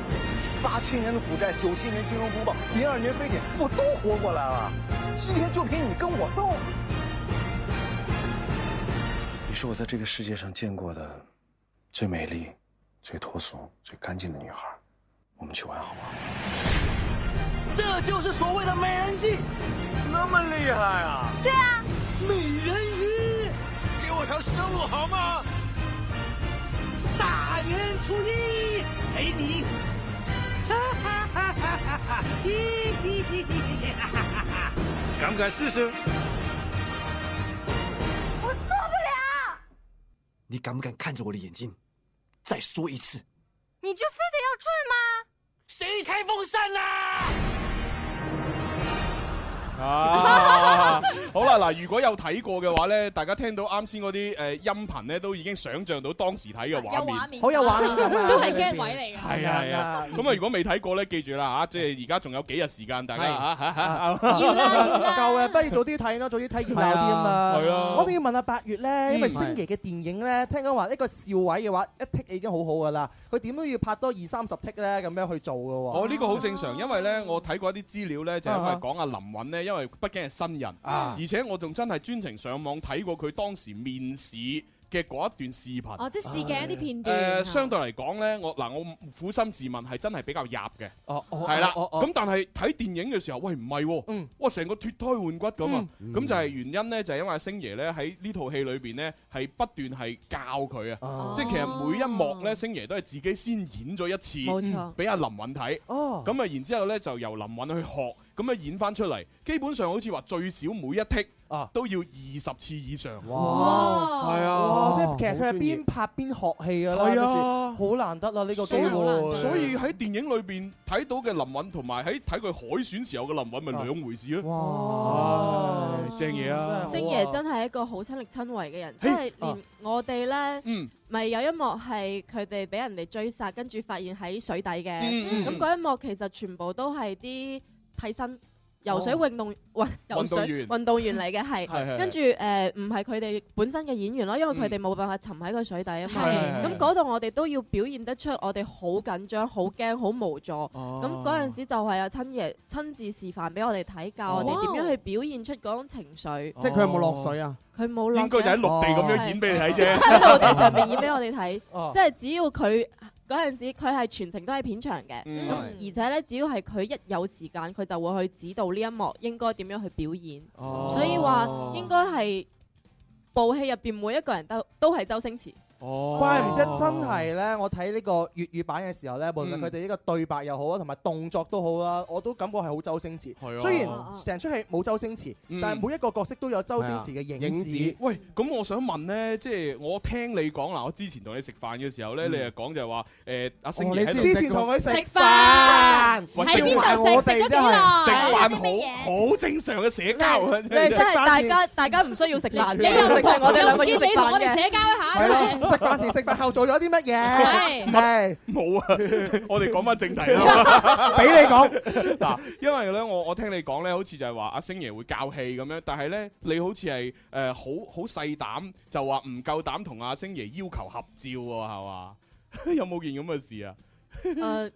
Speaker 14: 八七年的股灾，九七年金融风暴，零二年非典，我都活过来了。今天就凭你跟我斗，
Speaker 15: 你是我在这个世界上见过的最美丽、最脱俗、最干净的女孩。我们去玩好吗？
Speaker 6: 这就是所谓的美人计，那么厉害啊！对啊，美人鱼，给我条生路好吗？大年初一陪你，哈哈哈哈哈哈！嘿嘿嘿嘿嘿哈哈哈！敢不敢试试？
Speaker 4: 我做不了，
Speaker 15: 你敢不敢看着我的眼睛，再说一次？
Speaker 4: 你就非得要转吗？
Speaker 6: 谁开风扇啦、
Speaker 8: 啊， 好啦，嗱，如果有睇過嘅話咧，大家聽到啱先嗰啲誒音頻咧，都已經想像到當時睇嘅畫面，
Speaker 9: 好有畫面感啊
Speaker 10: 都係 get 位嚟㗎。
Speaker 8: 係啊係啊，咁啊如果未睇過咧，記住啦嚇，啊即係而家仲有幾日時間，大家啊嚇嚇嚇
Speaker 9: 要啦， 夠嘅，不如早啲睇咯，早啲睇熱鬧啲啊嘛。
Speaker 8: 係啊
Speaker 9: 我哋要問下八月咧，因為
Speaker 8: 嗯
Speaker 9: 星爺嘅電影咧，聽講話一個笑位嘅話，一 take 已經好好噶啦。佢點都要拍多二三十 take 咧，咁樣去做噶喎。
Speaker 8: 哦，呢個好正常，因為咧，我睇過一啲資料咧，就係因為講阿林允咧，因為畢竟係新人，
Speaker 9: 啊
Speaker 8: 而且我仲真係專程上網睇過佢當時面試嘅嗰一段視頻。
Speaker 10: 哦，即係試鏡一啲片段。
Speaker 8: 誒，呃相對嚟講咧，我嗱我苦心自問係真係比較入嘅，
Speaker 9: 哦哦
Speaker 8: 係啦。
Speaker 9: 哦哦哦嗯
Speaker 8: 咁但係睇電影嘅時候，喂唔係喎，哇成個脱胎換骨咁啊！咁就係原因咧，就係因為星爺咧喺呢套戲裏邊咧係不斷係教佢
Speaker 9: 哦
Speaker 8: 啊，即係其實每一幕咧，星爺都係自己先演咗一次，
Speaker 10: 冇錯
Speaker 8: 俾阿林允睇。
Speaker 9: 哦，
Speaker 8: 咁啊，然之後咧就由林允去學，咁啊演翻出嚟，基本上好似話最少每一剔
Speaker 9: 啊
Speaker 8: 都要二十次以上。
Speaker 9: 哇
Speaker 8: 哦係啊，
Speaker 9: 哇！即係其實佢係邊拍邊學戲㗎啦，
Speaker 8: 係啊
Speaker 9: 到時好難得啦呢個機會。
Speaker 8: 所以喺電影裏邊睇到嘅林允，同埋喺睇佢海選時候嘅林允，咪兩回事咯。哇！正嘢啊！
Speaker 7: 星爺真係一個好親力親為嘅人，即係
Speaker 8: 啊
Speaker 7: 連我哋咧。
Speaker 8: 嗯。
Speaker 7: 咪有一幕係佢哋俾人哋追殺，跟住發現喺水底嘅。
Speaker 8: 嗯嗯
Speaker 7: 咁嗰一幕其實全部都係啲替身游水運動運游
Speaker 6: 哦運動
Speaker 7: 水
Speaker 6: 員
Speaker 7: 運動員嚟嘅係
Speaker 6: 係係係，嗯
Speaker 7: 跟住誒唔係佢哋本身嘅演員咯，因為佢哋冇辦法沉喺個水底啊嘛。
Speaker 6: 係係係
Speaker 7: 咁嗰度我哋都要表現得出，我哋好緊張、好驚、好無助。
Speaker 6: 哦
Speaker 7: 咁嗰陣時就係阿親爺親自示範俾我哋睇，教我
Speaker 6: 哦
Speaker 7: 哋點樣去表現出嗰種情緒。
Speaker 9: 哦
Speaker 1: 即係佢有冇落水啊？
Speaker 7: 佢冇落嘅，
Speaker 1: 應該就喺陸地咁樣演俾你睇啫
Speaker 7: 係 喺陸地上面演俾我哋
Speaker 1: 哦
Speaker 7: 睇，即係只要佢嗰陣時，佢係全程都係片場嘅，
Speaker 6: 嗯
Speaker 7: 咁而且咧，只要係佢一有時間，佢就會去指導呢一幕應該點樣去表演，
Speaker 6: 哦
Speaker 7: 所以話應該係部戲入邊每一個人都都係周星馳。
Speaker 8: 哦
Speaker 9: 怪唔得真係咧，我睇呢個粵語版嘅時候咧，無論佢哋呢個對白又好啊，同埋動作都好啦，我都感覺係好周星
Speaker 8: 係啊
Speaker 9: 馳。雖然成出戲冇周星馳
Speaker 8: 嗯，
Speaker 9: 但係每一個角色都有周星馳嘅影子。
Speaker 8: 喂，咁我想問咧，即係我聽你講嗱，我之前同你食飯嘅時候咧，
Speaker 9: 嗯
Speaker 8: 你係講就係話誒阿星
Speaker 9: 哦
Speaker 8: 爺喺
Speaker 9: 你
Speaker 8: 度
Speaker 9: 之前同佢食飯飯，
Speaker 8: 喂
Speaker 9: 燒
Speaker 8: 邊
Speaker 9: 埋
Speaker 8: 度
Speaker 9: 我
Speaker 8: 食
Speaker 9: 哋
Speaker 8: 咗幾
Speaker 9: 真係
Speaker 10: 啊
Speaker 8: 食飯好好正常嘅社交啊，
Speaker 9: 你
Speaker 8: 真係
Speaker 7: 真係大家大家唔需要食飯，
Speaker 9: 你又唔
Speaker 7: 係我哋兩個要食
Speaker 10: 你同
Speaker 7: 飯
Speaker 10: 我哋
Speaker 7: 嘅
Speaker 10: 社交一下
Speaker 9: 係咯，食飯前食飯後做咗啲乜 嘢？係
Speaker 8: 冇 啊！我哋講翻正題啦，
Speaker 1: 俾你講
Speaker 8: 嗱，因為咧，我我聽你講咧，好似就係話阿星爺會教戲咁樣，但係咧，你好似係誒好好細膽，就話唔夠膽同阿星爺要求合照喎，係嘛？ 有冇件咁嘅事啊？
Speaker 7: 誒呃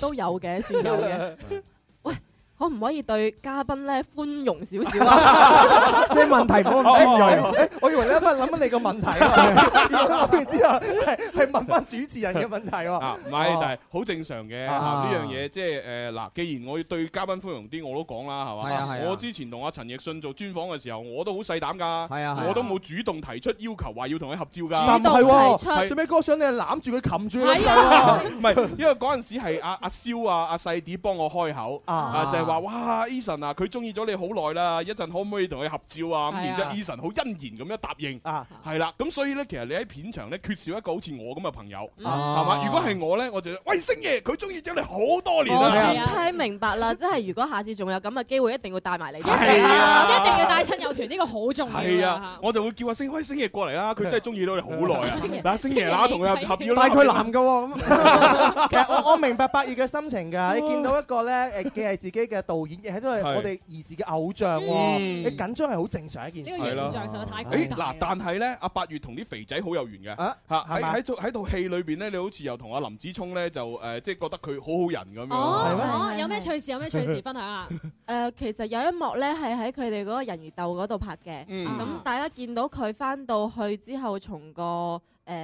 Speaker 7: 都有嘅，算有嘅。喂，可唔可以對嘉賓咧寬容少少啊？
Speaker 1: 即係問題唔好咁尖鋭。
Speaker 9: 誒我以為你啱啱諗緊你個問題 啊，原來諗完之後係係問翻主持人嘅問題喎
Speaker 8: 啊，。唔
Speaker 1: 哦
Speaker 8: 係，但係好正常嘅嚇
Speaker 9: 啊
Speaker 8: 呢樣嘢，即係誒嗱，既然我要對嘉賓寬容啲，我都講啦，係
Speaker 1: 係啊
Speaker 8: 嘛
Speaker 1: 係？啊
Speaker 8: 我之前同阿陳奕迅做專訪嘅時候，我都好細膽㗎，
Speaker 1: 啊
Speaker 8: 我都冇主動提出要求話要同佢合照㗎，
Speaker 9: 但唔係
Speaker 8: 係
Speaker 9: 喎，最尾嗰個相你係攬住佢擒住佢
Speaker 8: 係
Speaker 9: 㗎
Speaker 8: 啊
Speaker 9: 喎。，
Speaker 8: 唔係，因為嗰陣時係阿阿蕭啊、阿細啲幫我開口，啊就係話哇，Eason 啊，佢中意咗你好耐啦，一陣可唔可以同佢合照啊？咁
Speaker 1: 係啊
Speaker 8: 然之後 Eason 好欣然咁樣答應，係啦，咁所以咧，其實你喺片場咧缺少一個好似我咁嘅朋友，係嘛？如果係我咧，我就喂星爺，佢中意咗你好多年啊
Speaker 7: 我
Speaker 8: 啦
Speaker 7: 算。聽明白啦，即係如果下次仲有咁嘅機會，一定要帶埋你。
Speaker 8: 係啊
Speaker 10: 一定要帶親友團，呢個好重要。
Speaker 8: 係啊，我就會叫阿星，喂星爺過嚟啦，佢真係中意咗你好耐啊！嗱，星爺啦，同佢合合照啦。
Speaker 1: 但係佢男噶 喎，
Speaker 9: 其實我我明白八月嘅心情㗎，你見到一個咧誒，既係自己嘅導演，亦係都係
Speaker 8: 係
Speaker 9: 我哋兒時嘅偶像喎，
Speaker 8: 嗯
Speaker 9: 你緊張係好正常一件事。
Speaker 8: 係啦
Speaker 10: 哦
Speaker 8: 誒嗱，但係咧，阿八月同啲肥仔好有緣嘅嚇，喺
Speaker 9: 係嘛
Speaker 8: 喺套喺套戲裏邊咧，你好似又同阿林子聰咧就誒，即係覺得佢好好人咁樣。
Speaker 10: 哦，哦有咩趣事？有咩趣事分享啊下？
Speaker 7: 誒，呃其實有一幕咧係喺佢哋嗰個人魚鬥嗰度拍嘅，
Speaker 10: 嗯
Speaker 1: 啊
Speaker 7: 咁大家見到佢翻到去之後，從個誒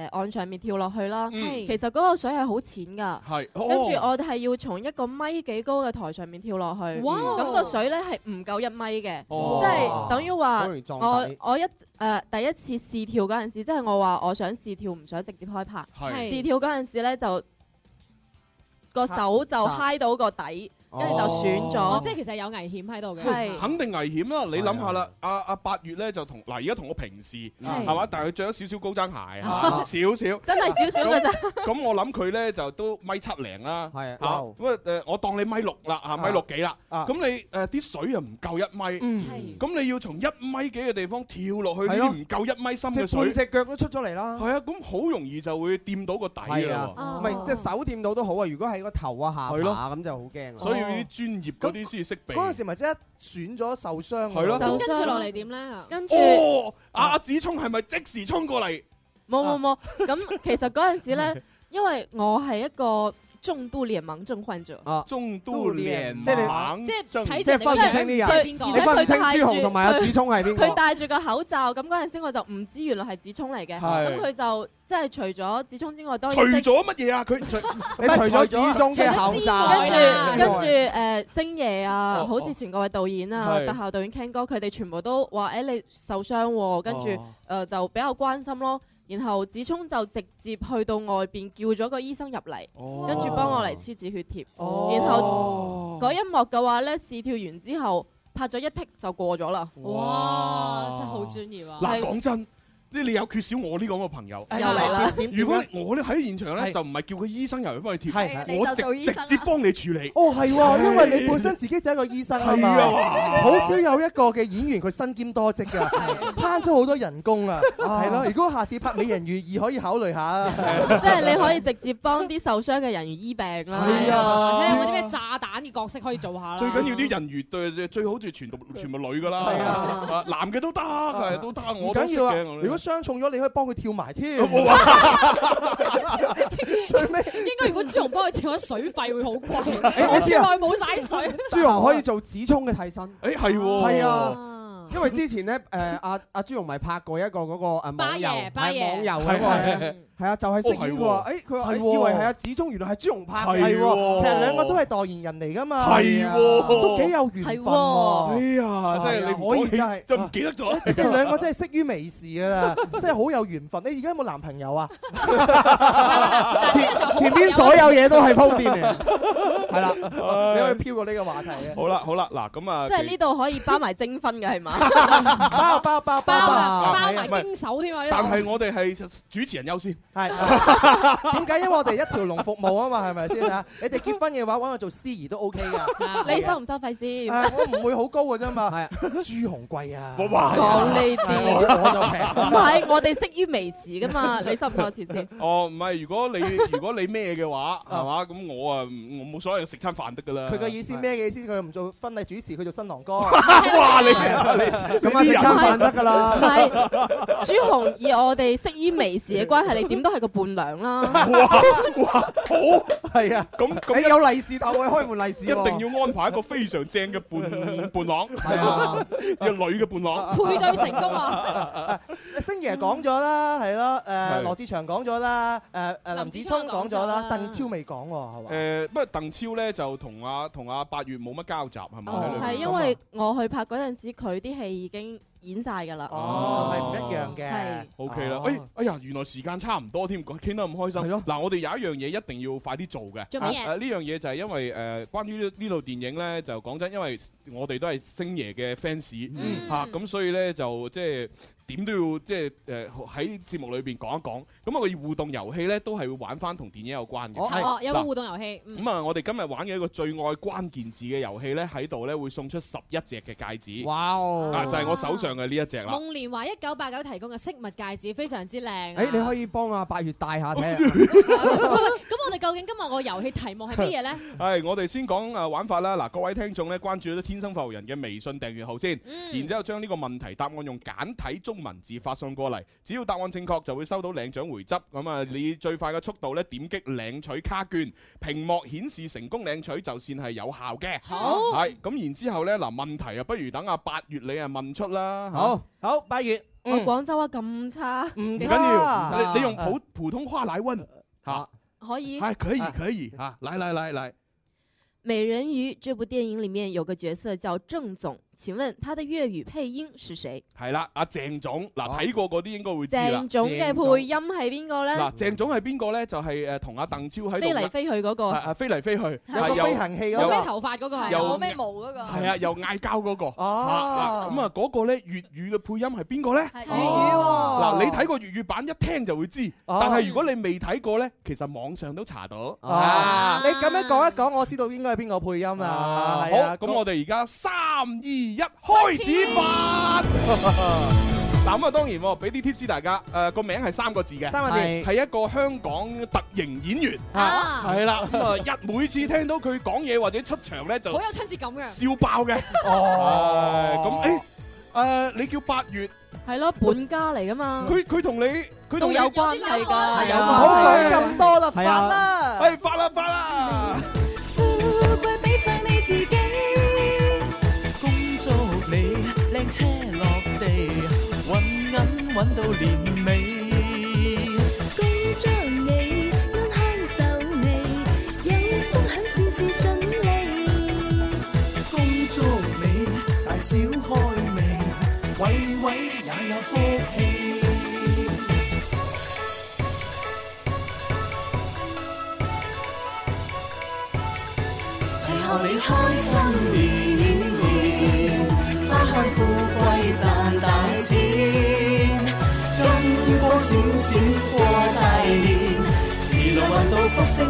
Speaker 7: 岸上面跳落去啦。
Speaker 10: 嗯哦係
Speaker 7: 其實嗰個水係好淺㗎。
Speaker 8: 嗯係，哦
Speaker 7: 跟住我哋係要從一個米幾高嘅台上面跳落去，
Speaker 10: 哇
Speaker 7: 咁個水咧係唔夠一米嘅，
Speaker 10: 哦
Speaker 7: 即係等於話
Speaker 10: 好容易撞
Speaker 7: 我
Speaker 10: 底
Speaker 7: 我一誒第一次試跳嗰陣時，即係我話我想試跳，唔想直接開拍。
Speaker 10: 係
Speaker 7: 試跳嗰陣時咧就個手就
Speaker 10: 啊
Speaker 7: 揩到個底，
Speaker 8: 哦
Speaker 7: 跟住就損
Speaker 10: 哦
Speaker 7: 咗。
Speaker 10: 即係其實有危險喺度嘅。
Speaker 7: 係
Speaker 8: 肯定危險啦！你諗下啦，阿阿八月咧就同嗱而家同我平視
Speaker 9: 嗯
Speaker 8: 係嘛，但係佢着咗少少高踭鞋係嘛
Speaker 7: 啊
Speaker 8: 少 少，
Speaker 7: 真係少少嘅啫。
Speaker 8: 咁我諗佢咧就都米七零啦，係
Speaker 1: 哇
Speaker 8: 咁啊誒，我當你米六啦嚇，米六幾啦，
Speaker 1: 啊
Speaker 8: 咁你誒啲水又唔夠一
Speaker 9: 嗯
Speaker 8: 米，咁你要從一米幾嘅地方跳落去
Speaker 1: 係
Speaker 8: 呢
Speaker 1: 咯
Speaker 8: 啲唔夠一米深
Speaker 1: 即
Speaker 8: 嘅
Speaker 1: 係半
Speaker 8: 水，
Speaker 1: 隻腳都出咗嚟啦。
Speaker 8: 係啊，咁好容易就會掂到個底
Speaker 1: 係
Speaker 8: 啦喎。
Speaker 10: 哦
Speaker 1: 啊，唔係即係手掂到都好啊。如果係個頭啊下
Speaker 8: 係
Speaker 1: 巴
Speaker 8: 咯
Speaker 1: 咁就好驚啦。
Speaker 8: 所以啲專業嗰啲先識避。
Speaker 9: 哦嗰陣時咪即係損咗受傷喎。
Speaker 8: 係咯
Speaker 10: 咁跟住落嚟點咧？
Speaker 7: 跟住
Speaker 8: 哦，阿阿子聰係咪即時衝過嚟？
Speaker 7: 冇冇
Speaker 1: 啊
Speaker 7: 冇，咁其實嗰陣時 咧，因為我係一個中度臉盲症患者。
Speaker 1: 啊，
Speaker 8: 中都連
Speaker 1: 即係你
Speaker 8: 猛
Speaker 7: 即係
Speaker 8: 增
Speaker 7: 睇住
Speaker 1: 即係分唔清啲人，
Speaker 7: 你
Speaker 1: 你分唔清朱紅同埋阿子聰係邊個
Speaker 7: 佢？戴住個口罩，咁嗰陣時我就唔知原來係子聰嚟嘅。
Speaker 1: 係
Speaker 7: 咁佢就即係除咗子聰之外，當
Speaker 8: 除
Speaker 7: 然識
Speaker 8: 咗乜嘢啊？佢除
Speaker 1: 你除咗子聰嘅口罩
Speaker 7: 跟住跟住
Speaker 1: 之
Speaker 7: 誒星爺啊，
Speaker 1: 哦
Speaker 7: 好似全各位導演啊、
Speaker 1: 係
Speaker 7: 特效導演 Ken 哥，佢哋全部都話誒你受傷喎，跟住
Speaker 1: 哦
Speaker 7: 誒就比較關心咯。然後子聰就直接去到外邊叫咗個醫生入
Speaker 1: 哦
Speaker 7: 嚟，跟住幫我嚟黐止血貼。然後嗰一幕嘅話咧，試跳完之後拍咗一剔就過咗啦。
Speaker 10: 哇，真係好專業啊！
Speaker 8: 嗱，講真。你你有缺少我呢個咁嘅朋友，
Speaker 10: 又嚟啦點點
Speaker 8: 如果我咧喺現場咧，就唔係叫個醫生入嚟幫你
Speaker 9: 係
Speaker 8: 貼，我
Speaker 9: 係你就做
Speaker 8: 直
Speaker 9: 醫生啦
Speaker 8: 直接幫你處理。
Speaker 9: 哦，係喎，因為你本身自己就係一個醫生啊嘛
Speaker 8: 係啊哇，
Speaker 9: 好少有一個嘅演員佢身兼多職㗎，慳咗好多人工啊，係咯。如果下次拍《美人魚二》可以考慮下啊。
Speaker 7: 即係你可以直接幫啲受傷嘅人醫病啦。
Speaker 9: 係啊
Speaker 10: 睇下有冇啲咩炸彈嘅角色可以做下啦。
Speaker 8: 最緊要啲人魚對最好就全部全部女噶啦，
Speaker 9: 係
Speaker 8: 啊男嘅都得，係都得，
Speaker 9: 唔
Speaker 8: 我都
Speaker 9: 緊
Speaker 8: 識
Speaker 9: 要啊
Speaker 8: 嘅。我！
Speaker 9: 如果傷重咗，你可以幫佢跳埋添。 最尾
Speaker 10: 應該如果朱紅幫佢跳咗水費會好貴，
Speaker 1: 誒
Speaker 10: 我
Speaker 1: 我知
Speaker 10: 好
Speaker 1: 啊
Speaker 10: 耐冇晒水。啊
Speaker 1: 紅可以做子聰嘅替身。
Speaker 8: 誒係喎，
Speaker 1: 係啊，因為之前咧誒阿阿朱紅咪拍過一個嗰個誒
Speaker 10: 巴
Speaker 1: 網遊
Speaker 10: 爺巴爺
Speaker 1: 係網遊嗰
Speaker 8: 係
Speaker 1: 個
Speaker 8: 係係
Speaker 1: 咧，係啊就係飾演佢
Speaker 8: 哦
Speaker 1: 話
Speaker 8: 係喎
Speaker 1: 誒佢話
Speaker 9: 係
Speaker 1: 誒
Speaker 9: 喎
Speaker 1: 以為係阿子聰，原來係朱紅拍嘅
Speaker 9: 係
Speaker 1: 係喎
Speaker 9: 喎，其實兩個都係代言人嚟㗎嘛，
Speaker 1: 係喎
Speaker 9: 都幾有緣分喎。
Speaker 8: 哎呀，真係
Speaker 9: 係啊
Speaker 8: 你唔
Speaker 9: 可以
Speaker 8: 講起
Speaker 9: 真係
Speaker 8: 就唔記得咗。
Speaker 9: 你哋兩個真係識於微時㗎啦，真係好有緣分。你而家有冇男朋友啊？
Speaker 1: 前邊所有嘢都係鋪墊嚟。
Speaker 9: 係啦， 你啊可以飄過呢個話題 嘅。
Speaker 8: 好啦好啦，嗱咁啊，
Speaker 7: 即係呢
Speaker 8: 其
Speaker 7: 度可以包埋徵婚嘅係嘛？
Speaker 9: 包包包
Speaker 10: 包啊，包
Speaker 8: 啊
Speaker 10: 埋經手添啊！呢
Speaker 8: 但
Speaker 10: 度
Speaker 8: 係我哋係主持人優先，
Speaker 9: 係。 點解？因為我哋一條龍服務啊嘛，係咪先 啊？你哋結婚嘅話，揾我做司儀都 OK 噶。
Speaker 7: 你收唔收費先？
Speaker 9: 誒我唔會好高嘅啫啊嘛。係啊，朱紅貴啊。
Speaker 7: 哇講呢啲
Speaker 9: 我我就平。
Speaker 7: 唔係，我哋識於微時噶嘛，你收唔收錢先？
Speaker 8: 哦，唔係，如果你 如果你咩嘅話，係嘛？咁我啊，唔我冇所謂，食餐飯得噶啦。
Speaker 9: 佢嘅意思咩嘅意思？佢唔做婚禮主持，佢做新郎哥。
Speaker 8: 哇！你
Speaker 9: 你
Speaker 8: 咁啊，食餐
Speaker 9: 飯得㗎啦
Speaker 1: 啊
Speaker 7: 唔係，朱紅以我哋識於微時嘅關係，你點都係個伴娘啦。
Speaker 8: 好
Speaker 9: 係啊，
Speaker 8: 咁咁
Speaker 1: 你有利是逗佢開門利是
Speaker 8: 一
Speaker 9: 哦
Speaker 1: 喎
Speaker 8: 定要安排一個非常正嘅 伴伴郎，係
Speaker 9: 啊，
Speaker 8: 嘅女嘅伴郎，
Speaker 10: 配對成功 啊！
Speaker 9: 星爺講咗啦，係咯，誒
Speaker 8: 係
Speaker 9: 羅志祥講咗啦，誒誒林
Speaker 10: 林
Speaker 9: 子
Speaker 10: 子
Speaker 9: 聰
Speaker 10: 聰
Speaker 9: 講
Speaker 10: 講
Speaker 9: 咗
Speaker 10: 咗
Speaker 9: 啦
Speaker 10: 啦，
Speaker 9: 鄧超未講喎，係嘛？
Speaker 8: 誒，不過鄧超咧就同阿同阿八月冇乜交集係咪？啊喺
Speaker 9: 哦
Speaker 8: 裏邊
Speaker 7: 係因為我去拍嗰陣時，佢啲戲已經演晒㗎啦。
Speaker 9: 哦係唔一樣嘅哦係
Speaker 8: O K
Speaker 10: 哦
Speaker 8: 啦，哎哎呀，原來時間差唔多添，講傾得咁開心。嗱，我哋有一樣嘢一定要快啲做嘅。
Speaker 10: 做乜嘢
Speaker 8: 啊呢樣嘢就係因為誒，關於呢呢套電影咧，就講真，因為我哋都係星爺嘅 fans
Speaker 10: 嗯
Speaker 8: 嚇，咁所以咧就即係。點都要即係誒喺節目裏邊講一講，咁啊個互動遊戲咧都係會玩翻同電影有關嘅。
Speaker 10: 哦，有個
Speaker 8: 嗱
Speaker 10: 互動遊戲，嗯
Speaker 8: 咁啊，我哋今日玩嘅一個最愛關鍵字嘅遊戲咧，喺度咧會送出十一隻嘅戒指。
Speaker 1: 哇！
Speaker 8: 啊，就係我手上嘅呢一隻啦。
Speaker 10: 夢年華一九八九提供嘅飾物戒指非常之靚啊。
Speaker 1: 誒，你可以幫阿八月戴下睇下。
Speaker 10: 咁我哋究竟今日個遊戲題目係乜嘢咧？
Speaker 8: 係，我哋先講誒玩法啦。嗱，各位聽眾咧，關注咗天生浮人嘅微信訂閱號先，
Speaker 10: 嗯
Speaker 8: 然之後將呢個問題答案用簡體中文字發送過嚟。只要答案正確，就會收到領獎回執。咁啊，你最快嘅速度咧點擊領取卡券，屏幕顯示成功領取就算係有效嘅。
Speaker 9: 好
Speaker 10: 哦
Speaker 8: 係咁，然之後咧嗱，問題啊，不如等阿八月你啊問出啦。
Speaker 9: 好，好，八月，嗯
Speaker 7: 我廣州話咁差，
Speaker 9: 唔
Speaker 8: 唔緊要，你你用普普通話嚟問嚇，
Speaker 7: 可以？
Speaker 8: 係可以可以嚇，嚟嚟嚟嚟。
Speaker 7: 美人魚这部电影里面有个角色叫郑总，请问他的粤语配音是谁？
Speaker 8: 係啦，阿鄭總嗱睇過嗰啲應該會知啦。
Speaker 7: 郑总嘅配音係邊個呢
Speaker 8: 嗱，？鄭總係邊個咧？就係誒同阿鄧超喺度啊
Speaker 7: 飛嚟飛去嗰個
Speaker 8: 係係飛嚟飛去，
Speaker 7: 有個
Speaker 8: 係又
Speaker 7: 飛行器嗰
Speaker 8: 有
Speaker 7: 個
Speaker 10: 冇咩頭髮嗰個係，
Speaker 8: 有
Speaker 10: 冇咩毛嗰個
Speaker 8: 係啊，又嗌交嗰個。啊咁啊，嗰個咧粵語嘅配音係邊個咧？粵
Speaker 10: 語喎
Speaker 8: 嗱，你睇過粵語版一聽就會知，但係如果你未睇過咧，其實網上都查到。
Speaker 9: 啊，你咁樣講一講，我知道應該係邊個配音啦。
Speaker 8: 好，
Speaker 9: 係啊
Speaker 8: 咁我哋而家三二一，開始吧。 嗱咁啊，當然喎，俾啲 tips 大家，誒個名係三個字嘅，
Speaker 9: 三個字係
Speaker 8: 係一個香港特型演員，
Speaker 10: 啊
Speaker 8: 係啦，咁啊一每次聽到佢講嘢或者出場咧就
Speaker 10: 好有親切感嘅。
Speaker 8: 笑爆嘅，哦，咁誒哎誒你叫八月，
Speaker 7: 係咯，本家嚟噶嘛，
Speaker 8: 佢佢同你佢同
Speaker 7: 仲有關係㗎，
Speaker 9: à.
Speaker 7: 有
Speaker 8: 唔
Speaker 7: 關係㗎
Speaker 9: 咁多
Speaker 8: 發
Speaker 9: 啦，發
Speaker 8: 啦，誒哎發啦發啦，
Speaker 16: 貴比上你自己，
Speaker 21: 恭祝你靚車落地，揾銀揾到年尾。
Speaker 16: 恭祝你安享壽眉，有福享事事順利。
Speaker 21: 恭祝你大小開眉，位位也有福氣。
Speaker 16: 齊賀你開心年，花開富貴賺大錢，金光閃閃過大年，時來運到福星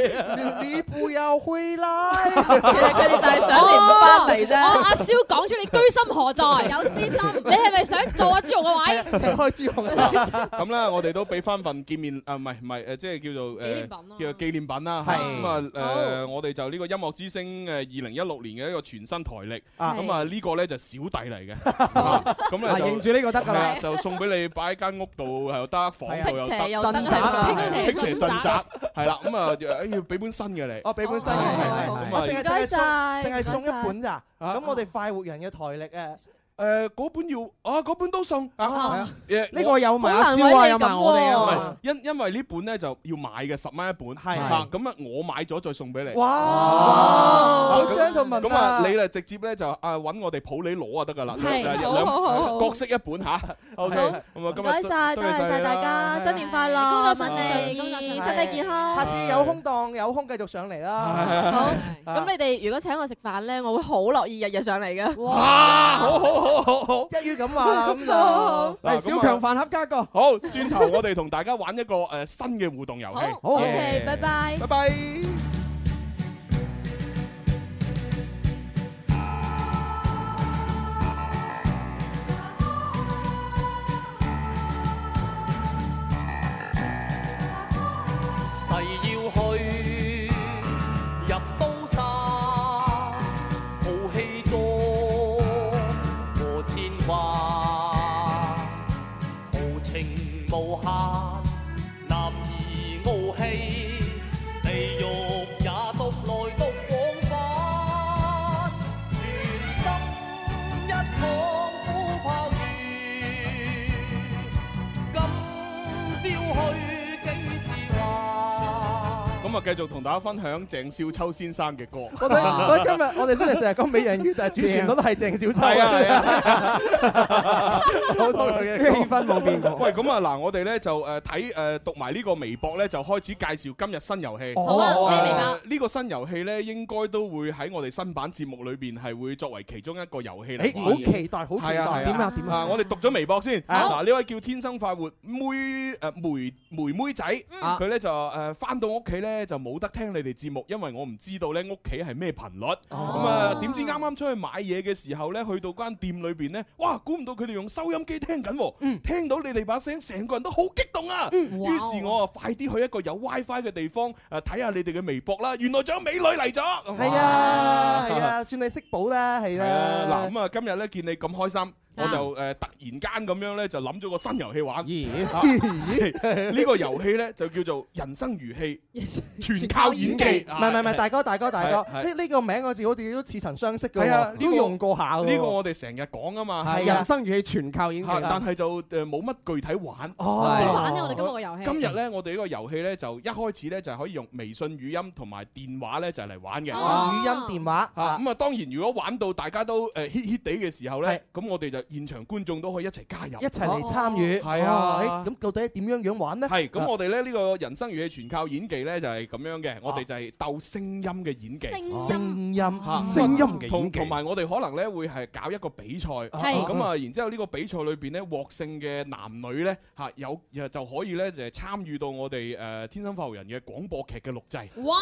Speaker 9: 你你不要回 來。
Speaker 10: 佢
Speaker 7: 哋就係想你唔返嚟啫
Speaker 10: 哦，阿蕭講出你居心何在？
Speaker 9: 有
Speaker 10: 私心。你係咪想做阿朱紅嘅位？
Speaker 9: 開朱紅
Speaker 8: 咁咧，我哋都俾翻份見面啊，唔係唔係誒，即係叫做
Speaker 10: 紀
Speaker 8: 誒
Speaker 10: 念品啊
Speaker 8: 叫做紀念品啦。
Speaker 10: 係
Speaker 8: 咁啊誒，我哋就呢個音樂之星誒二零一六年嘅一個全新台歷。
Speaker 1: 啊
Speaker 8: 咁啊呢個咧就小弟嚟嘅，啊咁
Speaker 1: 嗱
Speaker 8: 咧就
Speaker 1: 認住呢個得㗎啦
Speaker 8: 係啊就送俾你擺喺間屋度又得，房度又
Speaker 1: 係啊
Speaker 8: 得，
Speaker 1: 辟邪又得
Speaker 8: 係
Speaker 1: 啊
Speaker 8: 啊辟邪鎮宅係啦，咁啊要俾本新嘅你。
Speaker 9: 哦，俾本新
Speaker 8: 係係係
Speaker 9: 嘅，
Speaker 8: 咁
Speaker 9: 我
Speaker 8: 啊
Speaker 9: 淨係
Speaker 8: 唔該
Speaker 9: 淨係送
Speaker 8: 晒
Speaker 9: 淨係送
Speaker 8: 唔該晒
Speaker 9: 一本咋？
Speaker 8: 啊
Speaker 9: 咁我哋快活人嘅台歷啊，
Speaker 8: 誒嗰本要啊，嗰本都送
Speaker 9: 啊，
Speaker 10: 哦
Speaker 8: 誒
Speaker 9: 呢個有埋阿蕭啊，有埋我哋啊
Speaker 8: 唔係因因為呢本咧就要買嘅十蚊一本，係咁啊，我買咗再送俾你。
Speaker 9: 哇
Speaker 8: 啊
Speaker 9: 好
Speaker 8: 咁
Speaker 9: 張同文啊
Speaker 8: 咁啊，你咧直接咧就啊揾我哋普洱攞就得㗎啦，
Speaker 7: 係
Speaker 8: 啊兩
Speaker 7: 好好好好
Speaker 8: 各式一本吓。OK，咁啊今日
Speaker 7: 唔該晒，多謝晒大家，新年快樂，
Speaker 9: 工作
Speaker 7: 萬
Speaker 9: 順
Speaker 7: 事
Speaker 9: 利
Speaker 7: 順意，
Speaker 9: 順利
Speaker 7: 身體健康。
Speaker 9: 下次有空檔有空繼續上嚟
Speaker 8: 係係
Speaker 9: 啦。好，
Speaker 7: 咁你哋如果請我食飯咧，我會好樂意日日上嚟嘅。
Speaker 8: 哇！好好好好好，
Speaker 9: 一於咁話啦，咁
Speaker 8: 好
Speaker 9: 就
Speaker 8: 嚟小強飯盒加個。好，轉頭我哋同大家玩一個誒新嘅互動遊戲。
Speaker 9: 好
Speaker 7: ，OK，拜拜，
Speaker 8: 拜拜。
Speaker 6: 誓要去入刀山，豪氣壯和千掛，豪情無限，男兒傲氣，地獄也獨來獨往返，全心一闖虎豹遇。今朝去竟是話。
Speaker 8: 咁啊，繼續同大家分享鄭少秋先生嘅歌。
Speaker 9: 我哋我今日我哋雖然成日講美人魚，但係主旋律都係鄭少秋。
Speaker 8: 係啊係
Speaker 9: 好多嘅
Speaker 8: 氣氛冇變過。喂，咁啊嗱，我哋咧就誒睇誒讀埋呢個微博咧，就開始介紹今日新遊戲。
Speaker 9: 好啊
Speaker 8: 誒
Speaker 9: 咩微博
Speaker 8: 呢個新遊戲咧，應該都會喺我哋新版節目裏邊係會作為其中一個遊戲嚟
Speaker 9: 誒，
Speaker 8: 玩
Speaker 9: 好
Speaker 8: 嘅。
Speaker 9: 期待，好期
Speaker 8: 係啊
Speaker 9: 待。
Speaker 8: 係
Speaker 9: 點啊點
Speaker 8: 啊！
Speaker 9: 啊！
Speaker 8: 我哋讀咗微博先。
Speaker 9: 好
Speaker 8: 嗱，呢位叫天生快活妹誒梅梅妹仔，
Speaker 9: 嗯
Speaker 8: 佢咧就誒翻到屋企咧就冇得聽你哋節目，因為我唔知道咧屋企係咩頻率。
Speaker 9: 哦
Speaker 8: 咁啊，點知啱啱出去買嘢嘅時候咧，去到間店裏邊咧，哇！估唔到佢哋用收音機聽緊
Speaker 9: 嗯
Speaker 8: 喎，聽到你哋把聲，成個人都好激動啊！於是我啊，快啲去一個有 WiFi 嘅地方誒睇下你哋嘅微博啦。原來仲有美女嚟咗。
Speaker 9: 係啊係啊，算你識寶啦，係啊
Speaker 8: 係啊，
Speaker 9: 啦
Speaker 8: 嗱。咁啊，今日咧見你咁開心，我就誒呃突然間咁樣咧就諗咗個新遊戲 玩。啊呢個遊戲咧就叫做人生如戲，全靠演技。
Speaker 9: 唔係唔係唔係，大哥大哥大哥，
Speaker 8: 係係
Speaker 9: 呢呢個名我字好似都似曾相識嘅
Speaker 8: 係啊
Speaker 9: 喎，，
Speaker 8: 呢
Speaker 9: 都
Speaker 8: 個
Speaker 9: 用過下喎。
Speaker 8: 呢個我哋成日講啊嘛。
Speaker 9: 係啊人生
Speaker 8: 如戲，全靠演
Speaker 1: 技
Speaker 8: 但係就誒呃冇乜具體玩。
Speaker 9: 哦
Speaker 8: 係
Speaker 9: 點玩呢
Speaker 10: 我哋今日個遊戲
Speaker 8: 今日咧，我哋呢個遊戲咧就一開始咧就係可以用微信語音同埋電話咧就係嚟玩嘅。
Speaker 9: 哦語音電話
Speaker 8: 啊，咁啊，當然如果玩到大家都誒 hit hit 地嘅時候咧，咁我哋就現場觀眾都可以一齊加入，
Speaker 9: 一齊嚟參與。
Speaker 8: 係
Speaker 9: 哦
Speaker 8: 啊
Speaker 9: 誒。咁到底點樣樣玩呢？
Speaker 8: 係，咁我哋咧呢個人生如戲全靠演技咧就係咁樣嘅，我哋就係鬥聲音嘅演技。
Speaker 9: 聲音
Speaker 8: 嚇
Speaker 9: 聲音
Speaker 8: 同同同埋我哋可能咧會係搞一個比賽，
Speaker 9: 係
Speaker 8: 咁啊，然之後呢個比賽裏邊咧獲勝嘅男女咧嚇有就可以咧就係參與到我哋誒天生發號人嘅廣播劇嘅錄製。
Speaker 10: 哇！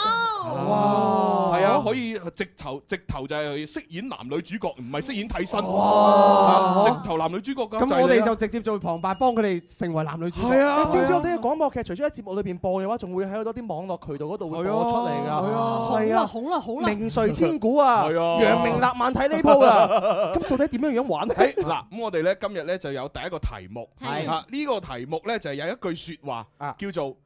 Speaker 9: 哦
Speaker 8: 係啊，可以直頭直頭就係飾演男女主角，唔係飾演替身。
Speaker 1: 哇
Speaker 9: 哦
Speaker 8: 啊直頭男女主角㗎
Speaker 1: 咁我
Speaker 8: 係
Speaker 1: 哋
Speaker 8: 你
Speaker 1: 就
Speaker 8: 啦
Speaker 1: 直接做旁白，幫佢哋成為男女主角。
Speaker 8: 係啊
Speaker 9: 你知唔知我哋嘅廣播劇除咗喺節目裏邊播嘅話，仲會喺好多啲網絡渠道嗰度會播出嚟㗎。
Speaker 1: 係啊
Speaker 9: 係啊，
Speaker 10: 好啦好啦
Speaker 9: 名垂千古啊，
Speaker 8: 係啊
Speaker 9: 揚名立萬睇呢 鋪啦。咁到底點樣樣玩呢？
Speaker 8: 嗱，咁我哋咧今日咧就有第一個題目，
Speaker 9: 係啊
Speaker 8: 啊呢個題目咧就係有一句説話叫做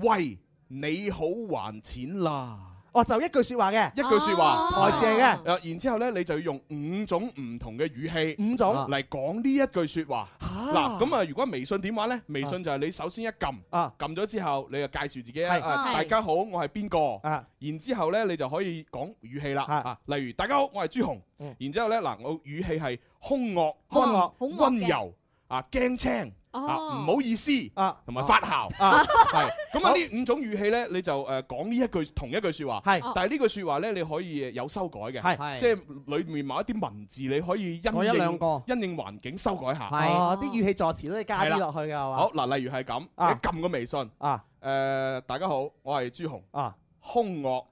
Speaker 8: 喂你好還錢啦。
Speaker 9: 哦，就一句説話嘅，
Speaker 8: 一句説
Speaker 10: 啊
Speaker 8: 話
Speaker 9: 台詞嚟嘅。
Speaker 8: 誒，然之後咧，你就要用五種唔同嘅語氣，
Speaker 9: 五種
Speaker 8: 嚟講呢一句説話。嗱，咁啊，如果微信點玩咧？微信就係你首先一撳，撳咗之後，你就介紹自己啊
Speaker 9: 啊係
Speaker 8: 啊，
Speaker 9: 係
Speaker 8: 大家好，我係邊個？
Speaker 9: 啊
Speaker 8: 然之後咧，你就可以講語氣啦。啊，例如大家好，我係朱紅。然之後咧，嗱，我語氣係兇惡、
Speaker 9: 嗯兇惡
Speaker 8: 溫
Speaker 9: 好惡嘅
Speaker 8: 溫柔啊，驚青。
Speaker 9: 哦
Speaker 8: 啊，唔好意思
Speaker 9: 啊，
Speaker 8: 同埋發姣
Speaker 9: 啊
Speaker 8: 係咁啊！呢五種語氣咧，你就誒講呢一句同一句説話，
Speaker 9: 係
Speaker 8: 但係呢句説話咧，你可以有修改嘅，
Speaker 9: 哦係
Speaker 8: 即係裡面某一啲文字，你可以因
Speaker 9: 改一兩
Speaker 8: 應因應環境修改下，
Speaker 9: 哦，啲語氣助詞都要加啲落去㗎，係嘛？
Speaker 8: 好嗱，例如係咁，你撳個微信
Speaker 9: 啊，
Speaker 8: 誒大家好，我係朱紅
Speaker 9: 啊，
Speaker 8: 兇惡，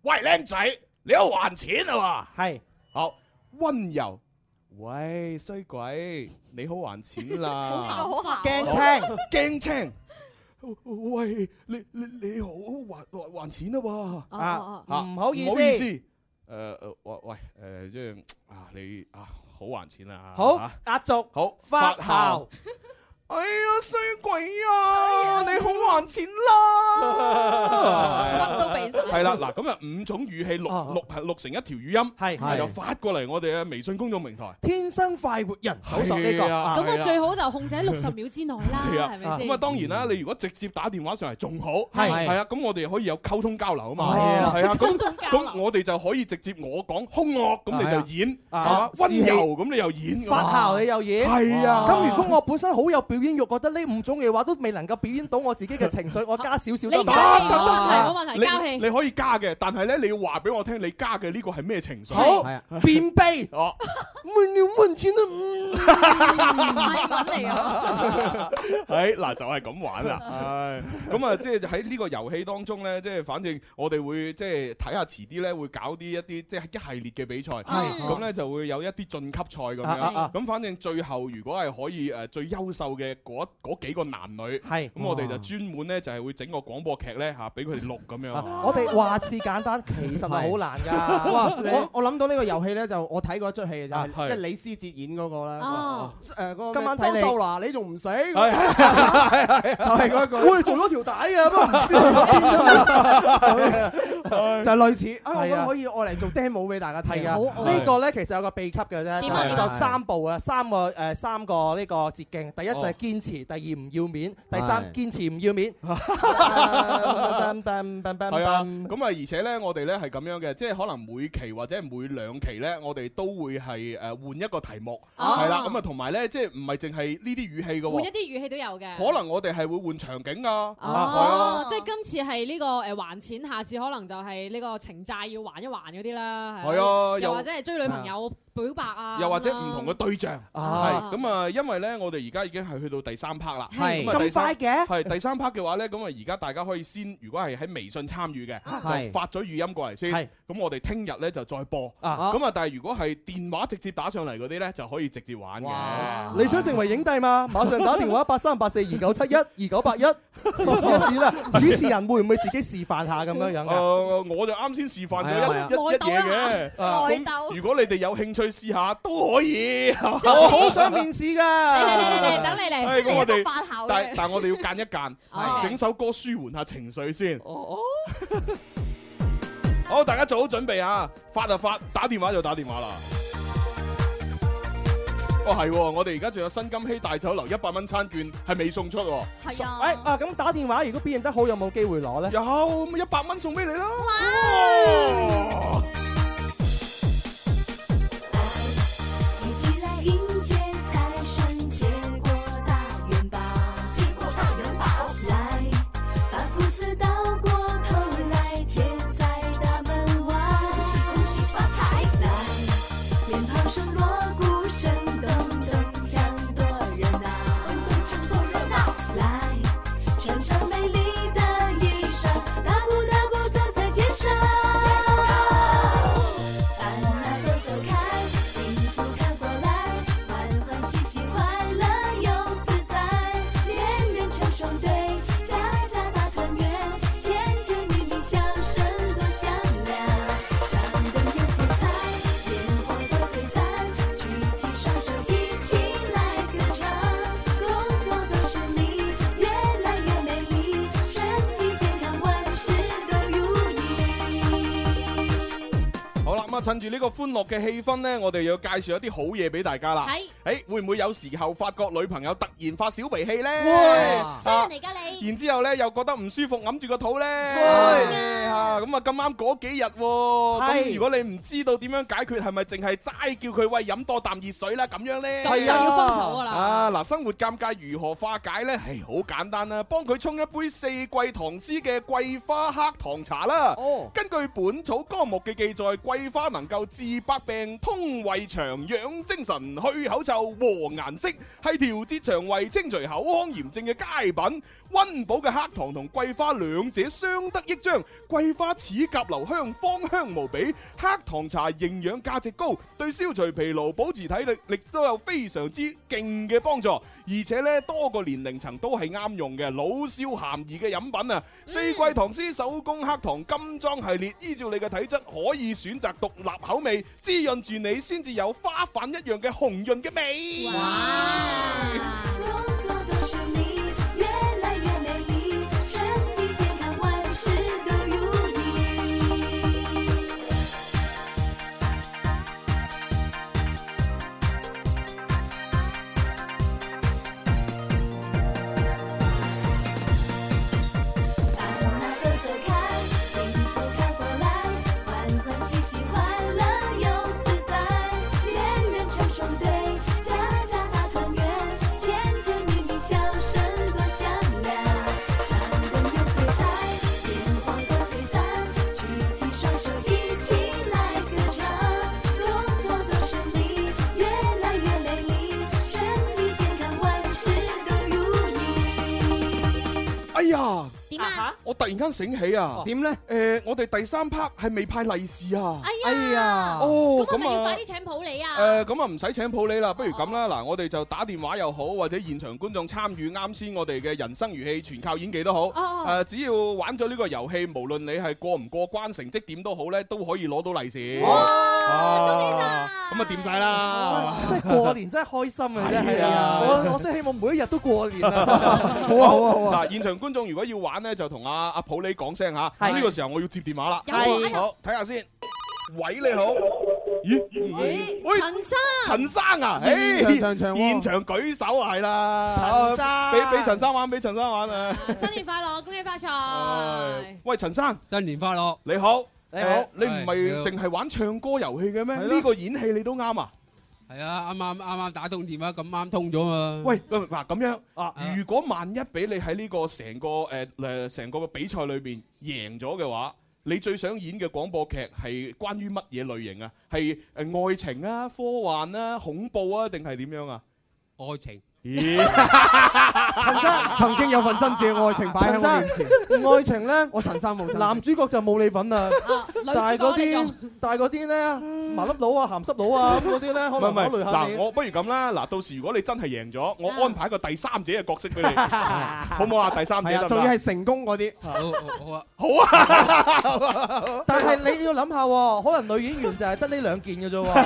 Speaker 8: 喂靚仔，你有還錢啊嘛？
Speaker 9: 係
Speaker 8: 好温柔，喂衰鬼，你好還錢
Speaker 10: 啊
Speaker 9: 啊
Speaker 8: 啦，驚青。喂，你你你好還還還錢啊嘛？
Speaker 9: 啊啊啊唔好意思
Speaker 8: 唔好意思。誒誒，喂喂誒，即係啊，你啊好還錢啦。
Speaker 9: 好
Speaker 8: 啊
Speaker 9: 壓軸，
Speaker 8: 好
Speaker 9: 發
Speaker 8: 發
Speaker 9: 姣
Speaker 8: 姣。哎呀，衰鬼
Speaker 9: 哎
Speaker 8: 啊！你好還錢 啦，
Speaker 6: 乜都俾晒
Speaker 8: 係啦，嗱，咁啊五種語氣錄錄係錄成一條語音，係就發過嚟我哋啊嘅微信公眾平台。
Speaker 9: 天生快活人，搜索呢個
Speaker 8: 係啊
Speaker 10: 咁
Speaker 8: 係啊
Speaker 10: 啊，最好就控制喺六 十秒之內啦，
Speaker 8: 係啊
Speaker 10: 係，
Speaker 9: 嗯
Speaker 10: 咪先？
Speaker 8: 咁啊當然啦，你如果直接打電話上嚟仲好，
Speaker 10: 係
Speaker 8: 係啊，咁我哋可以有溝通交流啊嘛，
Speaker 9: 係啊
Speaker 8: 係啊，咁咁我哋就可以直接我講兇惡，咁你就演，
Speaker 9: 係
Speaker 8: 係
Speaker 9: 啊
Speaker 8: 嘛
Speaker 9: 啊，
Speaker 8: 温
Speaker 9: 士氣
Speaker 8: 柔咁你又演，
Speaker 9: 發酵你又演，
Speaker 8: 係啊，
Speaker 9: 咁如果我本身好有表演欲，覺得呢五種嘅話都未能夠表演到我自己嘅情緒，我加少少得唔
Speaker 8: 得
Speaker 9: 得
Speaker 8: 得得
Speaker 9: 啊？
Speaker 8: 你你可以加嘅，但係咧你要話俾我聽，你加嘅呢個係咩情緒？
Speaker 9: 好
Speaker 8: 係啊，
Speaker 9: 便秘，
Speaker 8: 哦，
Speaker 9: 滿了滿錢
Speaker 6: 文嚟
Speaker 10: 啊
Speaker 6: 㗎
Speaker 8: 係嗱就係咁玩啦，唉，咁啊即係喺呢個遊戲當中咧，即係反正我哋會即係睇下遲啲咧會搞啲一啲即係一系列嘅比賽，咁咧就會有一啲晉級賽咁
Speaker 9: 啊啊
Speaker 8: 樣，
Speaker 9: 啊
Speaker 8: 咁反正最後如果係可以誒最優秀嘅嗰嗰幾個男女，咁
Speaker 9: 係
Speaker 8: 我哋就專門咧就係會整個廣播劇咧嚇俾佢哋錄咁樣。
Speaker 9: 我哋話事簡單，其實係好難㗎。
Speaker 1: 哇！
Speaker 9: 你
Speaker 1: 我我諗到呢個遊戲咧，就我睇過一出戲就係
Speaker 8: 係
Speaker 1: 即係李思捷演嗰個咧。
Speaker 10: Ờ,
Speaker 8: 啊
Speaker 9: 哦
Speaker 1: 誒嗰個咩
Speaker 9: 今晚睇你
Speaker 1: 周秀娜，你仲唔死？就
Speaker 9: 係
Speaker 1: 係嗰一 句。
Speaker 9: 我哋做咗條帶嘅，不過唔知去咗邊啊
Speaker 1: 就係類似。啊，我覺
Speaker 9: 係
Speaker 1: 得
Speaker 9: 啊
Speaker 1: 可以愛嚟做 demo 俾大家睇
Speaker 9: 係啊，呢個咧其實有個秘笈嘅啫，
Speaker 1: 點啊點
Speaker 9: 就
Speaker 1: 啊
Speaker 9: 三步啊，三個誒三個呢個捷徑。第一就係堅持，第二唔要面，第
Speaker 8: 係
Speaker 9: 三堅持唔要面。
Speaker 8: 係啊，咁啊，而且咧，我哋咧係咁樣嘅，即係可能每期或者每兩期咧，我哋都會係誒呃換一個題目，
Speaker 10: 啊
Speaker 8: 係啦，咁啊，同埋咧，即係唔係淨係呢啲語氣嘅
Speaker 10: 換一
Speaker 8: 喎，
Speaker 10: 啲語氣都有嘅。
Speaker 8: 可能我哋係會換場景啊，係啊
Speaker 10: 哦，即係今次係呢個誒還錢，下次可能就係呢個情債要還一還嗰啲啦。咪
Speaker 8: 係啊
Speaker 10: 又
Speaker 8: 又
Speaker 10: 或者係追女朋友表白啊，
Speaker 8: 又或者唔同嘅對象，
Speaker 9: 啊
Speaker 8: 係咁啊，因為咧，我哋而家已經係去到第三 part 啦，
Speaker 9: 係
Speaker 8: 啊
Speaker 9: 咁快嘅
Speaker 8: 係第三 part 嘅話咧，咁啊，而家大家可以先，如果係喺微信參與嘅，
Speaker 9: 係
Speaker 8: 就發咗語音過嚟先，
Speaker 9: 係
Speaker 8: 咁我哋聽日咧就再播，
Speaker 9: 啊
Speaker 8: 咁啊，但係如果係電話直接打上嚟嗰啲咧，就可以直接玩嘅。
Speaker 9: 你想成為影帝嘛？馬上打電話八三八四二九七一二 九八一，試一試啦。主持人會唔會自己示範下咁樣樣
Speaker 8: 誒，
Speaker 9: 㗎？
Speaker 8: 啊我就啱先示範咗
Speaker 9: 係啊
Speaker 8: 一一
Speaker 9: 內
Speaker 8: 一
Speaker 9: 鬥
Speaker 8: 嘢嘅
Speaker 9: 啊，
Speaker 8: 啊
Speaker 9: 內
Speaker 8: 咁如果你哋有興趣試下都可以。
Speaker 9: 小我好想面試㗎嚟嚟嚟嚟嚟等
Speaker 10: 你嚟
Speaker 8: 係咁我
Speaker 10: 即係你一個
Speaker 8: 哋
Speaker 10: 發酵嘅
Speaker 8: 但但我哋要間一 間
Speaker 10: 哦，
Speaker 8: 整首歌舒緩下情緒先。
Speaker 9: 哦
Speaker 8: 好，大家做好準備啊！發就發，打電話就打電話啦。哦，係喎，我哋而家仲有新金禧大酒樓一百蚊餐券係未送出喎。
Speaker 9: 係啊！誒啊，咁打電話如果表現得好，有冇機會攞咧？
Speaker 8: 有，咁一百蚊送俾你啦！哦
Speaker 16: 一起来迎接财神，接过大元宝，接过大元宝，来，把福字倒过头来贴在大门外，恭喜恭喜发财！来，鞭炮声、锣鼓声，咚咚锵，多热闹，咚咚锵，多热闹！来，穿上美丽的衣裳，大步大步走在街上。斑马都走开，幸福看过来，欢欢喜喜，快乐又自在，恋人成双对，家家大团圆，甜甜蜜蜜笑声多响亮。张灯结彩彩，烟火多璀璨，举起双手一起来歌唱，工作都顺利，越来越美丽，身体健康，万事都如意。
Speaker 8: 好啦，咁啊，趁住呢個歡樂嘅氣氛呢，我哋要介紹一啲好嘢俾大家啦。
Speaker 6: 係
Speaker 8: 誒，會唔會有時候發覺女朋友突然發小脾氣呢？
Speaker 6: 會衰人
Speaker 8: 嚟㗎你。然之後呢，又覺得唔舒服，揞住個肚呢。會啊，咁啊咁啱嗰幾日喎。咁
Speaker 6: 係
Speaker 8: 如果你唔知道點樣解決，係咪淨係齋叫佢喂飲多啖熱水啦？咁樣呢？
Speaker 6: 咁就要分手㗎啦
Speaker 8: 啊，嗱，生活尷尬如何化解呢？唉，好簡單啦，幫佢沖一杯四季唐詩嘅桂花黑糖茶啦。
Speaker 9: 哦，
Speaker 8: 根據《本草綱目》嘅記載，桂花能夠治百病、通胃腸、養精神、去口臭、和顏色，係調節腸胃、清除口腔炎症嘅佳品。温補嘅黑糖同桂花兩者相得益彰，桂花齒頰留香，芳香無比。黑糖茶營養價值高，對消除疲勞、保持體力力都有非常之勁嘅幫助，而且咧多個年齡層都係啱用嘅老少咸宜嘅飲品啊！
Speaker 10: 嗯
Speaker 8: 四季糖絲手工黑糖金裝系列，依照你嘅體質可以選擇獨立口味，滋潤住你先至有花瓣一樣嘅紅潤嘅美。
Speaker 16: 工作都順
Speaker 8: 哎我突然間醒起啊，
Speaker 1: 點咧？
Speaker 8: 誒，我哋第三 part 係未派利是啊！
Speaker 10: 哦哎呀，
Speaker 8: 哦，
Speaker 10: 咁我咪
Speaker 8: 咁
Speaker 10: 要
Speaker 8: 啊
Speaker 10: 快啲。請普你啊！
Speaker 8: 誒咁啊，唔使請普你啦，不如咁啦，嗱，我哋就打電話又好，或者現場觀眾參與啱先我哋嘅人生如戲，全靠演技都好。
Speaker 10: 哦
Speaker 8: 誒，只要玩咗呢個遊戲，無論你係過唔過關，成績點都好咧，都可以攞到利是。哇！哦恭喜晒！咁啊，掂晒啦！
Speaker 9: 真係過年真係開心啊！真係
Speaker 8: 係啊
Speaker 9: 我我真係希望每一日都過年啊！
Speaker 8: 好啊好啊好啊！嗱，現場觀眾如果要玩咧，就同阿阿普你講聲嚇。呢個時候我要接電話啦。
Speaker 10: 係
Speaker 8: 好，睇下先。喂，你好。咦？喂，
Speaker 10: 陳生，
Speaker 8: 陳生啊，
Speaker 1: 現
Speaker 8: 誒，
Speaker 1: 場唱喎
Speaker 8: 現場舉手啊，係啦。
Speaker 1: 陳生
Speaker 8: 俾俾陳生玩，俾陳生玩啊。
Speaker 10: 新年快樂，恭喜發財！
Speaker 8: 唉喂，陳生，新年快樂！你好，
Speaker 2: 你好
Speaker 8: 誒你唔
Speaker 2: 係你
Speaker 8: 係
Speaker 2: 好
Speaker 8: 淨係玩唱歌遊戲嘅咩？
Speaker 2: 係咯
Speaker 8: 呢個演戲你都啱啊！
Speaker 2: 系啊，啱啱啱啱打通電話，咁啱通咗嘛。
Speaker 16: ờ,
Speaker 8: 喂，嗱咁樣啊，如果萬一俾你喺呢個成個誒誒成個比賽裏邊贏咗嘅話，你最想演嘅廣播劇係關於乜嘢類型啊？係誒愛情啊、科幻啊、恐怖啊，定係點樣啊？
Speaker 2: 愛情。
Speaker 1: 陳生曾經有份真摯嘅愛情擺喺我面前，
Speaker 9: 愛情咧，
Speaker 1: 我陳生冇真摯。
Speaker 9: 男主角就冇你份啦
Speaker 1: 啊，女主角
Speaker 9: 但係嗰
Speaker 1: 你
Speaker 9: 啲
Speaker 1: 做
Speaker 9: 但係嗰啲咧麻粒佬啊、鹹濕佬啊咁嗰啲咧，可
Speaker 8: 唔係
Speaker 9: 能
Speaker 8: 唔
Speaker 9: 考
Speaker 8: 係，
Speaker 9: 慮下
Speaker 8: 嗱，
Speaker 9: 你。
Speaker 8: 我不如咁啦，嗱，到時如果你真係贏咗，我安排一個第三者嘅角色俾你，好唔好啊？第三者
Speaker 1: 係
Speaker 8: 得
Speaker 1: 啊，
Speaker 8: 唔得
Speaker 1: 仲要係成功嗰
Speaker 16: Ờ,
Speaker 1: 啲。
Speaker 9: 但係你要諗下喎，可能女演員就係得呢兩件 嘅啫喎。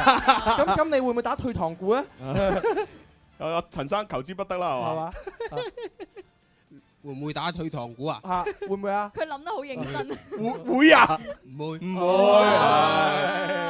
Speaker 9: 咁咁，你會唔會打退堂鼓咧？
Speaker 8: 啊，陳生求之不得啦，係嘛？
Speaker 16: ờ,
Speaker 2: 會唔會打退堂鼓
Speaker 16: à,
Speaker 2: 啊？
Speaker 9: 嚇，會唔會啊？
Speaker 3: 佢諗得好認真。
Speaker 8: 會會啊？
Speaker 2: 唔會，
Speaker 8: 唔
Speaker 2: 會。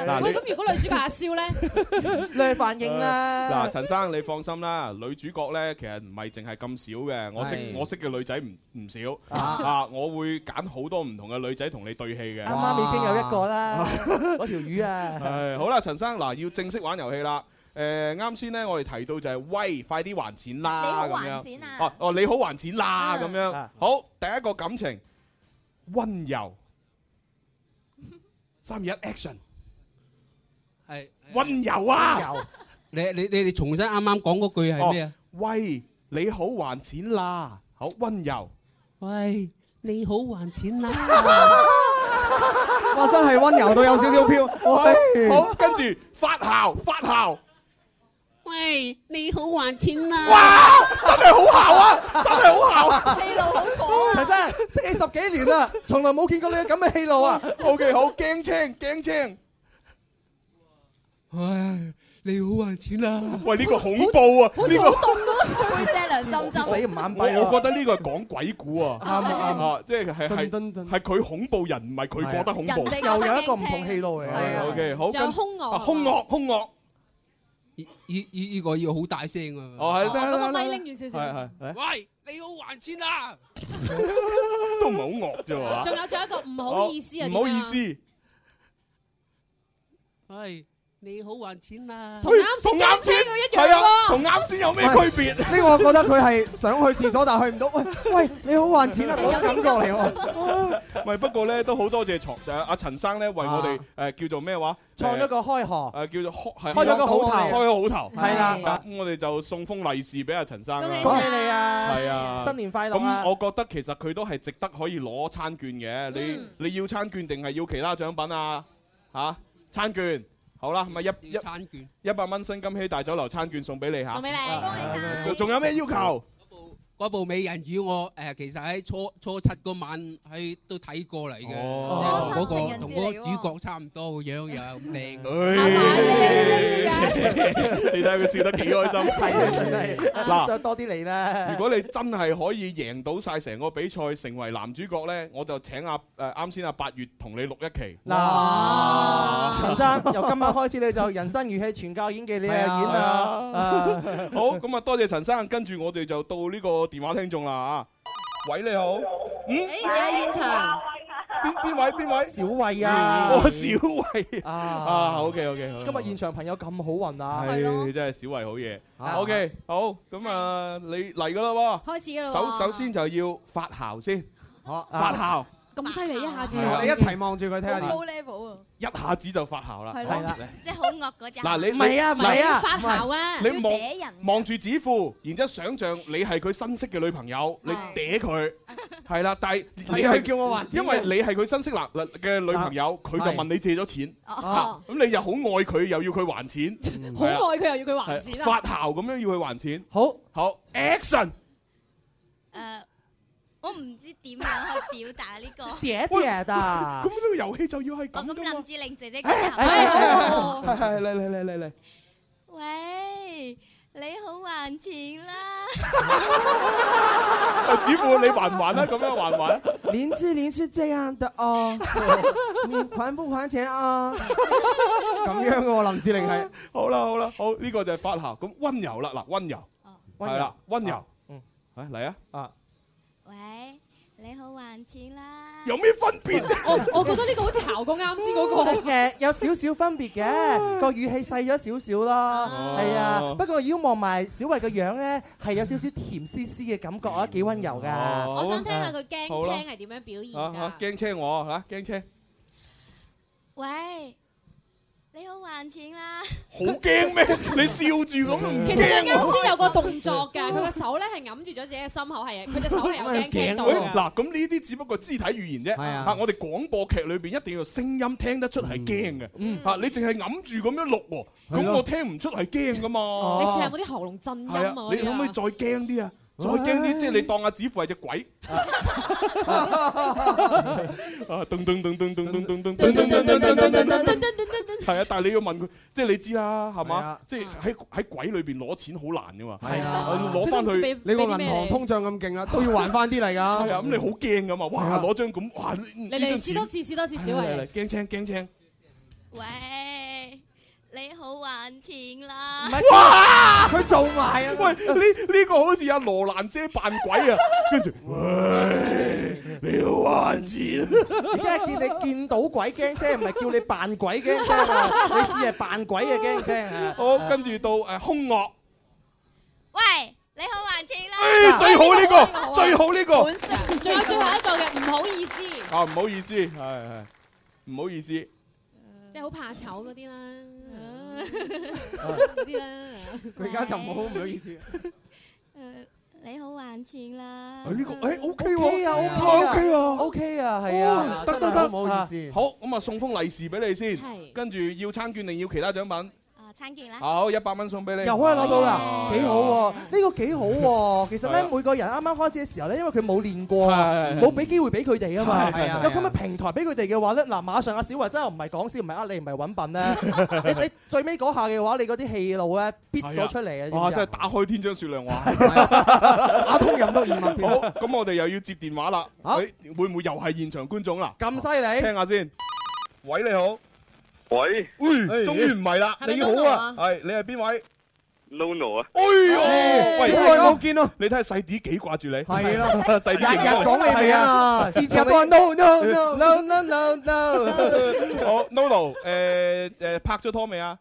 Speaker 8: 嗱
Speaker 10: 喂，
Speaker 8: 你
Speaker 10: 咁如果女主角阿蕭咧，
Speaker 9: 你反應啦。
Speaker 8: 嗱，陳生你放心啦，女主角咧其實唔係淨係咁少嘅，我識
Speaker 9: 係
Speaker 8: 我識嘅女仔唔唔少啊，我會揀好多唔同嘅女仔同你對戲嘅。
Speaker 9: 啱啱已經有一 個啦，嗰條魚啊。
Speaker 8: 係好啦，陳生嗱，要正式玩遊戲啦。誒啱先咧，我哋提到就係喂，快啲還錢啦
Speaker 3: 你好
Speaker 8: 咁
Speaker 3: 還
Speaker 8: 樣
Speaker 3: 錢啊。
Speaker 8: 哦哦，你好還錢啦咁樣
Speaker 3: 啊。
Speaker 8: 好，第一個感情温柔。三二一 action，
Speaker 2: 係
Speaker 8: 温柔啊！
Speaker 2: 你你你哋重新啱啱講嗰句係
Speaker 16: à?
Speaker 2: 咩啊？
Speaker 8: 喂，你好還錢啦，好温柔。
Speaker 2: 喂，你好還錢啦！
Speaker 1: 哇，真係温柔到有少少飄。喂
Speaker 8: 好，跟住發酵發酵，
Speaker 2: 喂，你好還錢啦！
Speaker 8: 哇，真係好姣啊，真係好姣啊！
Speaker 9: 氣路好廣啊！陳生識你十幾年啦，從來冇見過你有咁嘅氣路啊
Speaker 8: ！OK，好驚青驚青。
Speaker 2: 唉，你好還錢啦！
Speaker 8: 喂，呢個恐怖啊！呢個
Speaker 3: 背脊涼浸浸，
Speaker 8: 我我覺得呢個係講鬼故啊，
Speaker 9: 啊啱啊啱
Speaker 8: 啊，即係係係係佢恐怖人，唔係佢覺得恐 怖。
Speaker 9: 又有一個唔同氣路嚟嘅。
Speaker 8: O K，好，
Speaker 9: 仲有
Speaker 8: 跟
Speaker 9: 兇惡
Speaker 8: 啊
Speaker 9: 係
Speaker 8: 兇
Speaker 9: 嘛
Speaker 8: 惡，兇惡。
Speaker 2: 依依依依個要好大聲
Speaker 16: à.
Speaker 2: 啊！
Speaker 8: 哦，係得
Speaker 10: 咁
Speaker 8: 得
Speaker 10: 個
Speaker 8: 得
Speaker 10: 咪拎遠少
Speaker 8: 係
Speaker 10: 少。
Speaker 8: 係係
Speaker 2: 喂，你好還錢啦！
Speaker 8: 都唔係好惡啫喎。
Speaker 10: 仲有仲有一個唔好意思啊，
Speaker 8: 唔好意思，
Speaker 2: 喂，你好還錢啦！
Speaker 10: 同啱先驚青嗰一樣
Speaker 8: 啊
Speaker 1: 喂
Speaker 10: 喎。
Speaker 1: 呢個我覺得佢係想去廁所，但係去唔到。喂喂，你好還錢啊！嗰種感覺嚟喎。
Speaker 8: 唔係不過咧，都好多謝床誒阿陳生咧，為我哋誒叫做咩話
Speaker 9: 創咗個開
Speaker 8: 誒
Speaker 9: 河，
Speaker 8: 叫做開係
Speaker 9: 開咗個好頭
Speaker 8: 開咗好頭，
Speaker 9: 係啦
Speaker 8: 咁我哋就送封利是俾阿陳生啦。
Speaker 9: 恭喜你啊！
Speaker 8: 係啊，
Speaker 9: 新年快樂啊！
Speaker 8: 咁我覺得其實佢都係值得可以攞餐券嘅。你你要餐券定係要其他獎品啊？嚇，餐券。好啦，咪一一
Speaker 2: 餐券
Speaker 8: 一百蚊新金禧大酒樓餐券送俾你嚇，
Speaker 2: 送俾你
Speaker 8: 啊
Speaker 2: 恭喜晒
Speaker 8: 仲仲有咩要求？
Speaker 2: 嗰部《美人魚》我誒其實喺初初七嗰晚喺都睇過嚟嘅，即
Speaker 8: 哦
Speaker 2: 係同嗰
Speaker 8: 初
Speaker 2: 個
Speaker 8: 七
Speaker 2: 同
Speaker 8: 情
Speaker 2: 嗰
Speaker 8: 人節
Speaker 2: 個
Speaker 8: 嚟喎
Speaker 2: 主角差唔多個樣又咁靚。
Speaker 8: 你睇下佢笑得幾開心，
Speaker 9: 係啊
Speaker 8: 嗱
Speaker 9: 嗱，多啲嚟 啦。
Speaker 8: 如果你真係可以贏到晒成個比賽，成為男主角呢，我就請阿誒啱先阿八月同你錄一期。
Speaker 9: 嗱，陳生由今晚開始你就人生如戲，全教演技你又啊演啦。啊
Speaker 8: 好，咁啊多謝陳生，跟住我哋就到呢個電話聽眾啦啊！喂，你好，嗯，
Speaker 22: 你喺現場，
Speaker 8: 邊邊位邊位？
Speaker 9: 小 慧啊，
Speaker 8: 我小慧
Speaker 9: 啊，
Speaker 8: 啊，OK OK，
Speaker 9: 今日現場朋友咁好運啊，
Speaker 8: 係真係小慧好嘢。OK，好，咁啊你嚟噶啦喎，
Speaker 10: 開始㗎啦
Speaker 8: 啊
Speaker 10: 喎
Speaker 8: 首首先就要發姣先，
Speaker 9: 好
Speaker 8: 發姣。
Speaker 10: 咁犀利，一下子
Speaker 8: 係啊你一齊望住佢睇下點
Speaker 10: 好高 level 啊！
Speaker 8: 一下子就發姣啦，
Speaker 10: 係咯
Speaker 23: 即係好惡嗰只。
Speaker 8: 嗱你
Speaker 9: 唔係啊唔係啊
Speaker 23: 發姣啊
Speaker 8: 你
Speaker 23: 要
Speaker 8: 望
Speaker 23: 嗲人
Speaker 8: 望住指褲，然之後想像你係佢新識嘅女朋友，你嗲 佢係啦，但係你
Speaker 1: 係佢叫我還錢
Speaker 8: 因
Speaker 1: 嘅
Speaker 8: 為你係佢新識男呃嘅女朋友，佢就問你借咗錢，
Speaker 10: 哦
Speaker 8: 啊咁你又好愛佢，又要佢還錢，
Speaker 10: 好
Speaker 8: 係啊
Speaker 10: 愛佢又要佢還錢啊！
Speaker 8: 發姣咁樣要佢還錢，好好 action。
Speaker 23: 誒，呃我唔知點樣去表達呢個。
Speaker 9: 啊
Speaker 8: 咁呢個遊戲就要係
Speaker 23: 哦，
Speaker 8: 咁。
Speaker 23: 咁林志玲姐姐嗰隻係
Speaker 8: 哎
Speaker 23: 咪
Speaker 8: 係 係係嚟嚟嚟嚟嚟，
Speaker 23: 喂，你好還錢啦！
Speaker 8: 啊指褲你還唔還啊？咁樣還唔還啊？
Speaker 1: 林志玲是這樣的
Speaker 9: 啊
Speaker 1: 哦，你還不還錢啊？
Speaker 8: 咁樣嘅喎，林志玲 係。好啦好啦，好呢個就係發姣，咁温柔啦，嗱温柔，
Speaker 10: 哦
Speaker 8: 係啦温柔，嗯，嚟啊啊，
Speaker 23: 喂，你好還錢啦！
Speaker 10: 嗯
Speaker 8: 有咩分別
Speaker 10: 啫？我我覺得呢個好似姣過啱先 嗰個。
Speaker 9: 嘅有少少分別嘅，個語氣細咗少少啦，係
Speaker 1: 哦
Speaker 9: 啊。
Speaker 8: 哦
Speaker 9: 不過如果望埋小慧個樣咧，係有少少甜絲絲嘅感
Speaker 1: 嗯
Speaker 9: 覺啊，幾温柔噶。
Speaker 1: 哦
Speaker 8: 我
Speaker 10: 想聽下佢驚
Speaker 8: 好啦
Speaker 10: 青係點樣表現
Speaker 8: 啊
Speaker 10: 㗎？
Speaker 8: 啊驚車我嚇驚車，
Speaker 23: 喂，你好還錢啦！
Speaker 8: 好驚咩？你笑住咁唔
Speaker 10: 其實佢啱先有個動 作㗎，佢個手咧係揞住咗自己嘅心口，係佢隻手係有驚青到
Speaker 8: 喂
Speaker 10: 㗎。
Speaker 8: 嗱，咁呢啲只不過肢體語言啫。嚇，我哋廣播劇裏邊一定要聲音聽得出係驚嘅。嚇，你淨係揞住咁樣錄喎，咁我聽唔出係驚噶嘛。
Speaker 10: 你試下有冇啲喉嚨震音
Speaker 8: 係
Speaker 10: 啊？
Speaker 8: 啊，你可唔可以再
Speaker 10: 嗰啲啊
Speaker 8: 驚啲啊？再驚啲，即係你當阿子父係隻鬼。啊，噔噔噔噔噔噔噔噔噔噔噔噔噔噔噔噔。係啊，但係你要問佢，即係你知啦，係
Speaker 1: 係
Speaker 8: 嘛
Speaker 1: 啊？
Speaker 8: 即係喺喺鬼裏邊攞錢好難噶嘛。
Speaker 1: 係啊
Speaker 8: 攞翻去
Speaker 1: 你個銀行通脹咁勁啦，都要還翻啲嚟㗎。係
Speaker 8: 係啊，咁你好驚噶嘛？
Speaker 1: 啊
Speaker 8: 哇，攞張咁，哇！你
Speaker 10: 嚟嚟試多次，試多次，小
Speaker 8: 嚟嚟
Speaker 10: 維。
Speaker 8: 驚青驚青，
Speaker 23: 喂，你好還錢啦！
Speaker 8: 哇！
Speaker 1: 佢做埋啊！
Speaker 8: 喂，呢呢個好似阿羅蘭姐扮鬼啊，跟住喂，你好還 錢，
Speaker 9: 而家係見你見到鬼驚車，唔係叫你扮鬼驚 車啊！你試係扮鬼嘅驚車啊！
Speaker 8: 好，跟住到誒兇惡，
Speaker 23: 喂，你好還錢啦！啊
Speaker 8: 誒哎最好呢個，最好呢個，
Speaker 10: 仲有最後一個嘅，唔好意思，
Speaker 8: 啊唔好意思，係係唔好意思，
Speaker 10: 即係好怕醜嗰啲啦，
Speaker 8: 嗰
Speaker 10: 啲啦。
Speaker 1: 佢而家就冇唔好意思。
Speaker 23: 誒你好還錢啦！
Speaker 8: 誒呢個誒 OK
Speaker 9: ，OK
Speaker 8: 喎
Speaker 9: 啊
Speaker 8: ，OK
Speaker 9: ，OK
Speaker 8: 啊
Speaker 9: 啊，OK 啊，係
Speaker 8: 哦
Speaker 9: 啊，
Speaker 8: 得得
Speaker 9: 真係
Speaker 8: 得，
Speaker 9: 唔好意思。
Speaker 8: 好咁啊，送封利是俾你先
Speaker 23: 係，
Speaker 8: 跟住要餐券定要其他獎品？
Speaker 23: 啊，參見啦！
Speaker 8: 好，一百蚊送俾你，
Speaker 9: 又可以攞到啦
Speaker 1: 啊
Speaker 8: 哦，
Speaker 9: 幾好喎！呢個幾好喎。其實
Speaker 8: 係啊
Speaker 9: 咧，每個人啱啱開始嘅時候咧，因為佢冇練過
Speaker 8: 係
Speaker 9: 啊
Speaker 8: 係係，
Speaker 9: 冇俾機會俾佢哋啊嘛
Speaker 8: 係係係。
Speaker 9: 有咁嘅平台俾佢哋嘅話咧，嗱，馬上阿小維真係唔係講笑，唔係呃你，唔係揾 笨咧。你你最尾嗰下嘅話，你嗰啲氣路咧，逼咗出嚟啊！知唔
Speaker 8: 哇！
Speaker 9: 知
Speaker 8: 真係
Speaker 9: 啊
Speaker 8: 打開天窗說 亮話，打
Speaker 9: 通任督二脈添
Speaker 8: 好，咁我哋又要接電話啦。喂，會唔會又係現場觀眾啦？
Speaker 9: 咁犀利
Speaker 8: 聽下先。喂，你好。
Speaker 24: 喂，
Speaker 8: 喂，終於唔係啦。
Speaker 24: 係咪
Speaker 8: 你好啊
Speaker 24: Dodo 啊，
Speaker 8: 係你係邊位？
Speaker 24: Lono 啊，
Speaker 8: 哎呦，喂，
Speaker 24: 好耐冇
Speaker 8: 見咯！你睇下細啲幾掛住你。
Speaker 24: 係啦
Speaker 8: 細啲幾掛
Speaker 24: 日日
Speaker 8: 住
Speaker 24: 講你
Speaker 9: 哋啊
Speaker 8: 係
Speaker 9: 事前都 no no no no no no
Speaker 8: no。好，Nono，誒誒，拍咗拖未啊？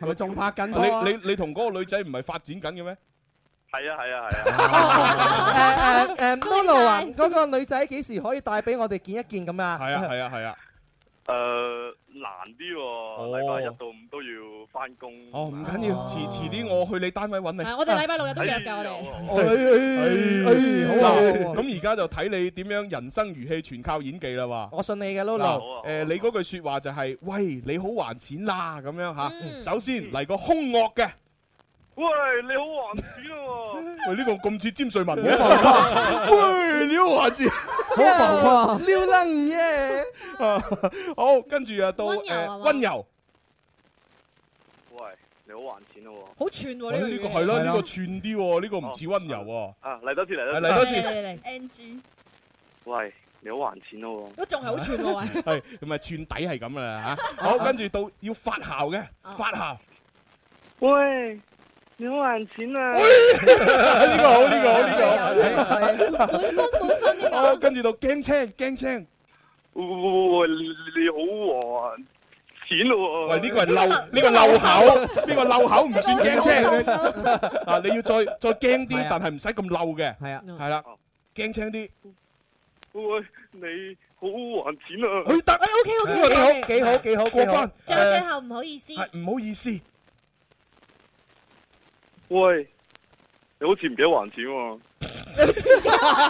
Speaker 1: 係咪仲拍緊拖啊
Speaker 8: 你你你同嗰個女仔唔係發展緊嘅咩？
Speaker 24: 係啊係啊係啊，
Speaker 9: 誒誒誒，Nono 啊，嗰個女仔幾時可以帶俾我哋見一見咁啊？
Speaker 8: 係啊係啊係啊。
Speaker 24: 誒難啲喎，禮拜一到五都要翻工。啊
Speaker 8: 哦，唔緊要，遲遲啲我去你單位揾你。
Speaker 10: 係我哋禮拜六日都約㗎，我哋。
Speaker 8: 哎，
Speaker 9: 好啊
Speaker 8: 嗱，
Speaker 9: 好啊
Speaker 8: 咁而家就睇你點樣人生如戲，全靠演技啦喎。
Speaker 9: 我信你嘅
Speaker 8: 嗱
Speaker 9: Lolo，
Speaker 8: 誒，你嗰句説話就係：喂，你好還錢啦咁樣
Speaker 9: 嗯
Speaker 8: 嚇。首先嚟個兇惡嘅，
Speaker 24: 喂，你好還錢啊喎！
Speaker 8: 喂呢個咁似詹瑞文嘅，喂你好還錢，
Speaker 9: 好浮誇撩楞嘢。
Speaker 8: 啊好，跟住啊到
Speaker 24: 溫柔
Speaker 8: 誒
Speaker 24: 啊嘛
Speaker 8: 温柔，
Speaker 24: 喂，你好還錢喎！
Speaker 10: 好串喎
Speaker 8: 喂哦呢個係咯，呢個串啲喎，呢個唔似温柔喎。
Speaker 24: 啊嚟多次嚟多
Speaker 8: 係
Speaker 24: 次
Speaker 8: 嚟多次。
Speaker 10: 嚟
Speaker 23: NG，
Speaker 24: 喂，你好還錢喎！
Speaker 10: 都仲係好串 喎喂。
Speaker 8: 係咪串底係咁啦嚇？好，跟住到要發姣嘅，發姣。
Speaker 24: 喂，你好還錢啊！
Speaker 8: 呢個好，呢個好，呢個
Speaker 24: 滿
Speaker 8: 好。
Speaker 24: 分滿分呢個
Speaker 8: 好，跟住到驚青，驚青。
Speaker 24: 喂，你好還錢
Speaker 6: Ờ.
Speaker 24: 喎！
Speaker 8: 喂，呢個係漏，呢個漏口，呢個漏口唔算驚
Speaker 24: 呢
Speaker 8: 青
Speaker 24: 個漏口。
Speaker 8: 啊，你要再再驚
Speaker 24: 係
Speaker 8: 啲
Speaker 24: 啊，
Speaker 8: 但係唔使咁漏嘅。
Speaker 9: 係啊，
Speaker 8: 係啦，驚青啲。
Speaker 24: 喂，喂，你好還錢啊！
Speaker 8: 佢得，
Speaker 24: 哎，OK，OK，
Speaker 9: 呢個幾好，
Speaker 24: OK，OK。
Speaker 9: 幾好，幾好，
Speaker 24: 過
Speaker 9: 幾好。
Speaker 24: 關。
Speaker 5: 最
Speaker 24: 誒
Speaker 8: Ờ,
Speaker 5: 最後唔好意思，
Speaker 24: 係唔好意思。喂，你好似唔記得還錢喎。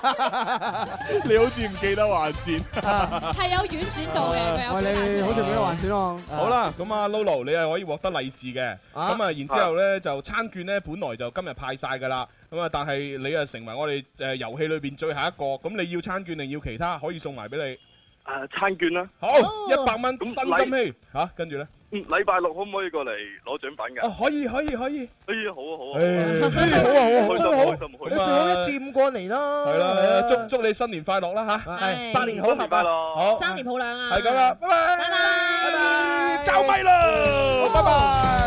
Speaker 8: 你好似唔記得還錢。
Speaker 10: 係有婉轉到嘅，佢有
Speaker 1: 喂，你好似
Speaker 9: 啊
Speaker 1: 俾還錢咯。
Speaker 8: 好啦，咁啊，Lolo，你係可以獲得利是嘅。咁啊，然之後咧就餐券咧，本來就今日派晒噶啦。咁啊，但係你啊成為我哋誒遊戲裏邊最後一個。咁你要餐券定要其他？可以送埋俾你。
Speaker 24: 誒，啊餐券啦。
Speaker 8: 好，一百蚊新金禧嚇，跟住咧。
Speaker 24: 嗯，禮拜六可唔可以過嚟攞獎品㗎？
Speaker 8: 哦，可以，可以，可以。
Speaker 24: 哎呀，好啊，好啊。
Speaker 9: 好啊，好啊，好啊，
Speaker 24: 開心，
Speaker 9: 真係好。
Speaker 24: 開心，開心。
Speaker 9: 你最好一至五過嚟啦。
Speaker 8: 哎係啦，係 啦，祝祝你新年快樂啦嚇！
Speaker 9: 係
Speaker 8: 好，
Speaker 9: 新年快
Speaker 8: 樂，好，
Speaker 5: 三年抱兩啊！
Speaker 8: 係咁啦，拜拜，
Speaker 5: 拜拜，
Speaker 8: 交咪啦，拜拜。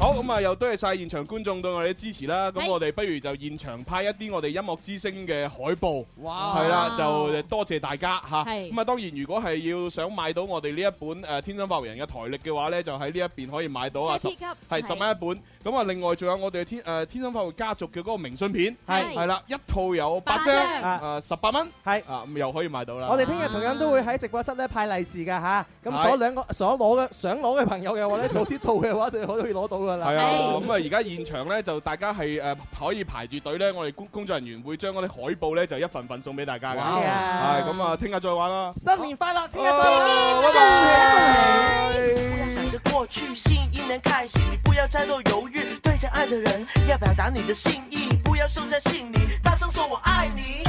Speaker 8: 好咁啊，又多謝晒現場觀眾對我哋嘅支持啦。咁我哋不如就現場派一啲我哋音樂之聲嘅海報，係啦，就多謝大家嚇。
Speaker 10: 係
Speaker 8: 咁啊，當然如果係要想買到我哋呢一本誒《天生發育人》嘅台歷嘅話咧，就喺呢一邊可以買到啊，十
Speaker 10: Happy Cup，
Speaker 8: 係十蚊一本。咁啊，另外仲有我哋天誒天生發育家族嘅嗰個明信片，
Speaker 9: 係
Speaker 8: 係啦，一套有八
Speaker 9: 八
Speaker 8: 張，
Speaker 10: 啊
Speaker 9: 張
Speaker 8: 誒十八蚊，係啊，咁又可以買到啦。啊
Speaker 9: 我哋聽日同樣都會喺直播室咧派利是㗎吓，咁
Speaker 8: 係。
Speaker 9: 所兩個-所攞嘅-想攞嘅朋友嘅話咧，早啲到嘅話就可以攞到㗎啦。
Speaker 8: 係啊，咁啊而家現場咧就大家係誒可以排住隊咧，我哋工工作人員會將嗰啲海報咧就一份份送俾大家㗎。
Speaker 9: 哇
Speaker 8: 係咁啊，聽日再玩啦。
Speaker 9: 新年快樂，聽日再見，
Speaker 8: 拜拜。
Speaker 13: 想着过去，新一年开始，你不要再多犹豫，对着爱的人要表达你的心意，不要守在心里，大声说我爱你。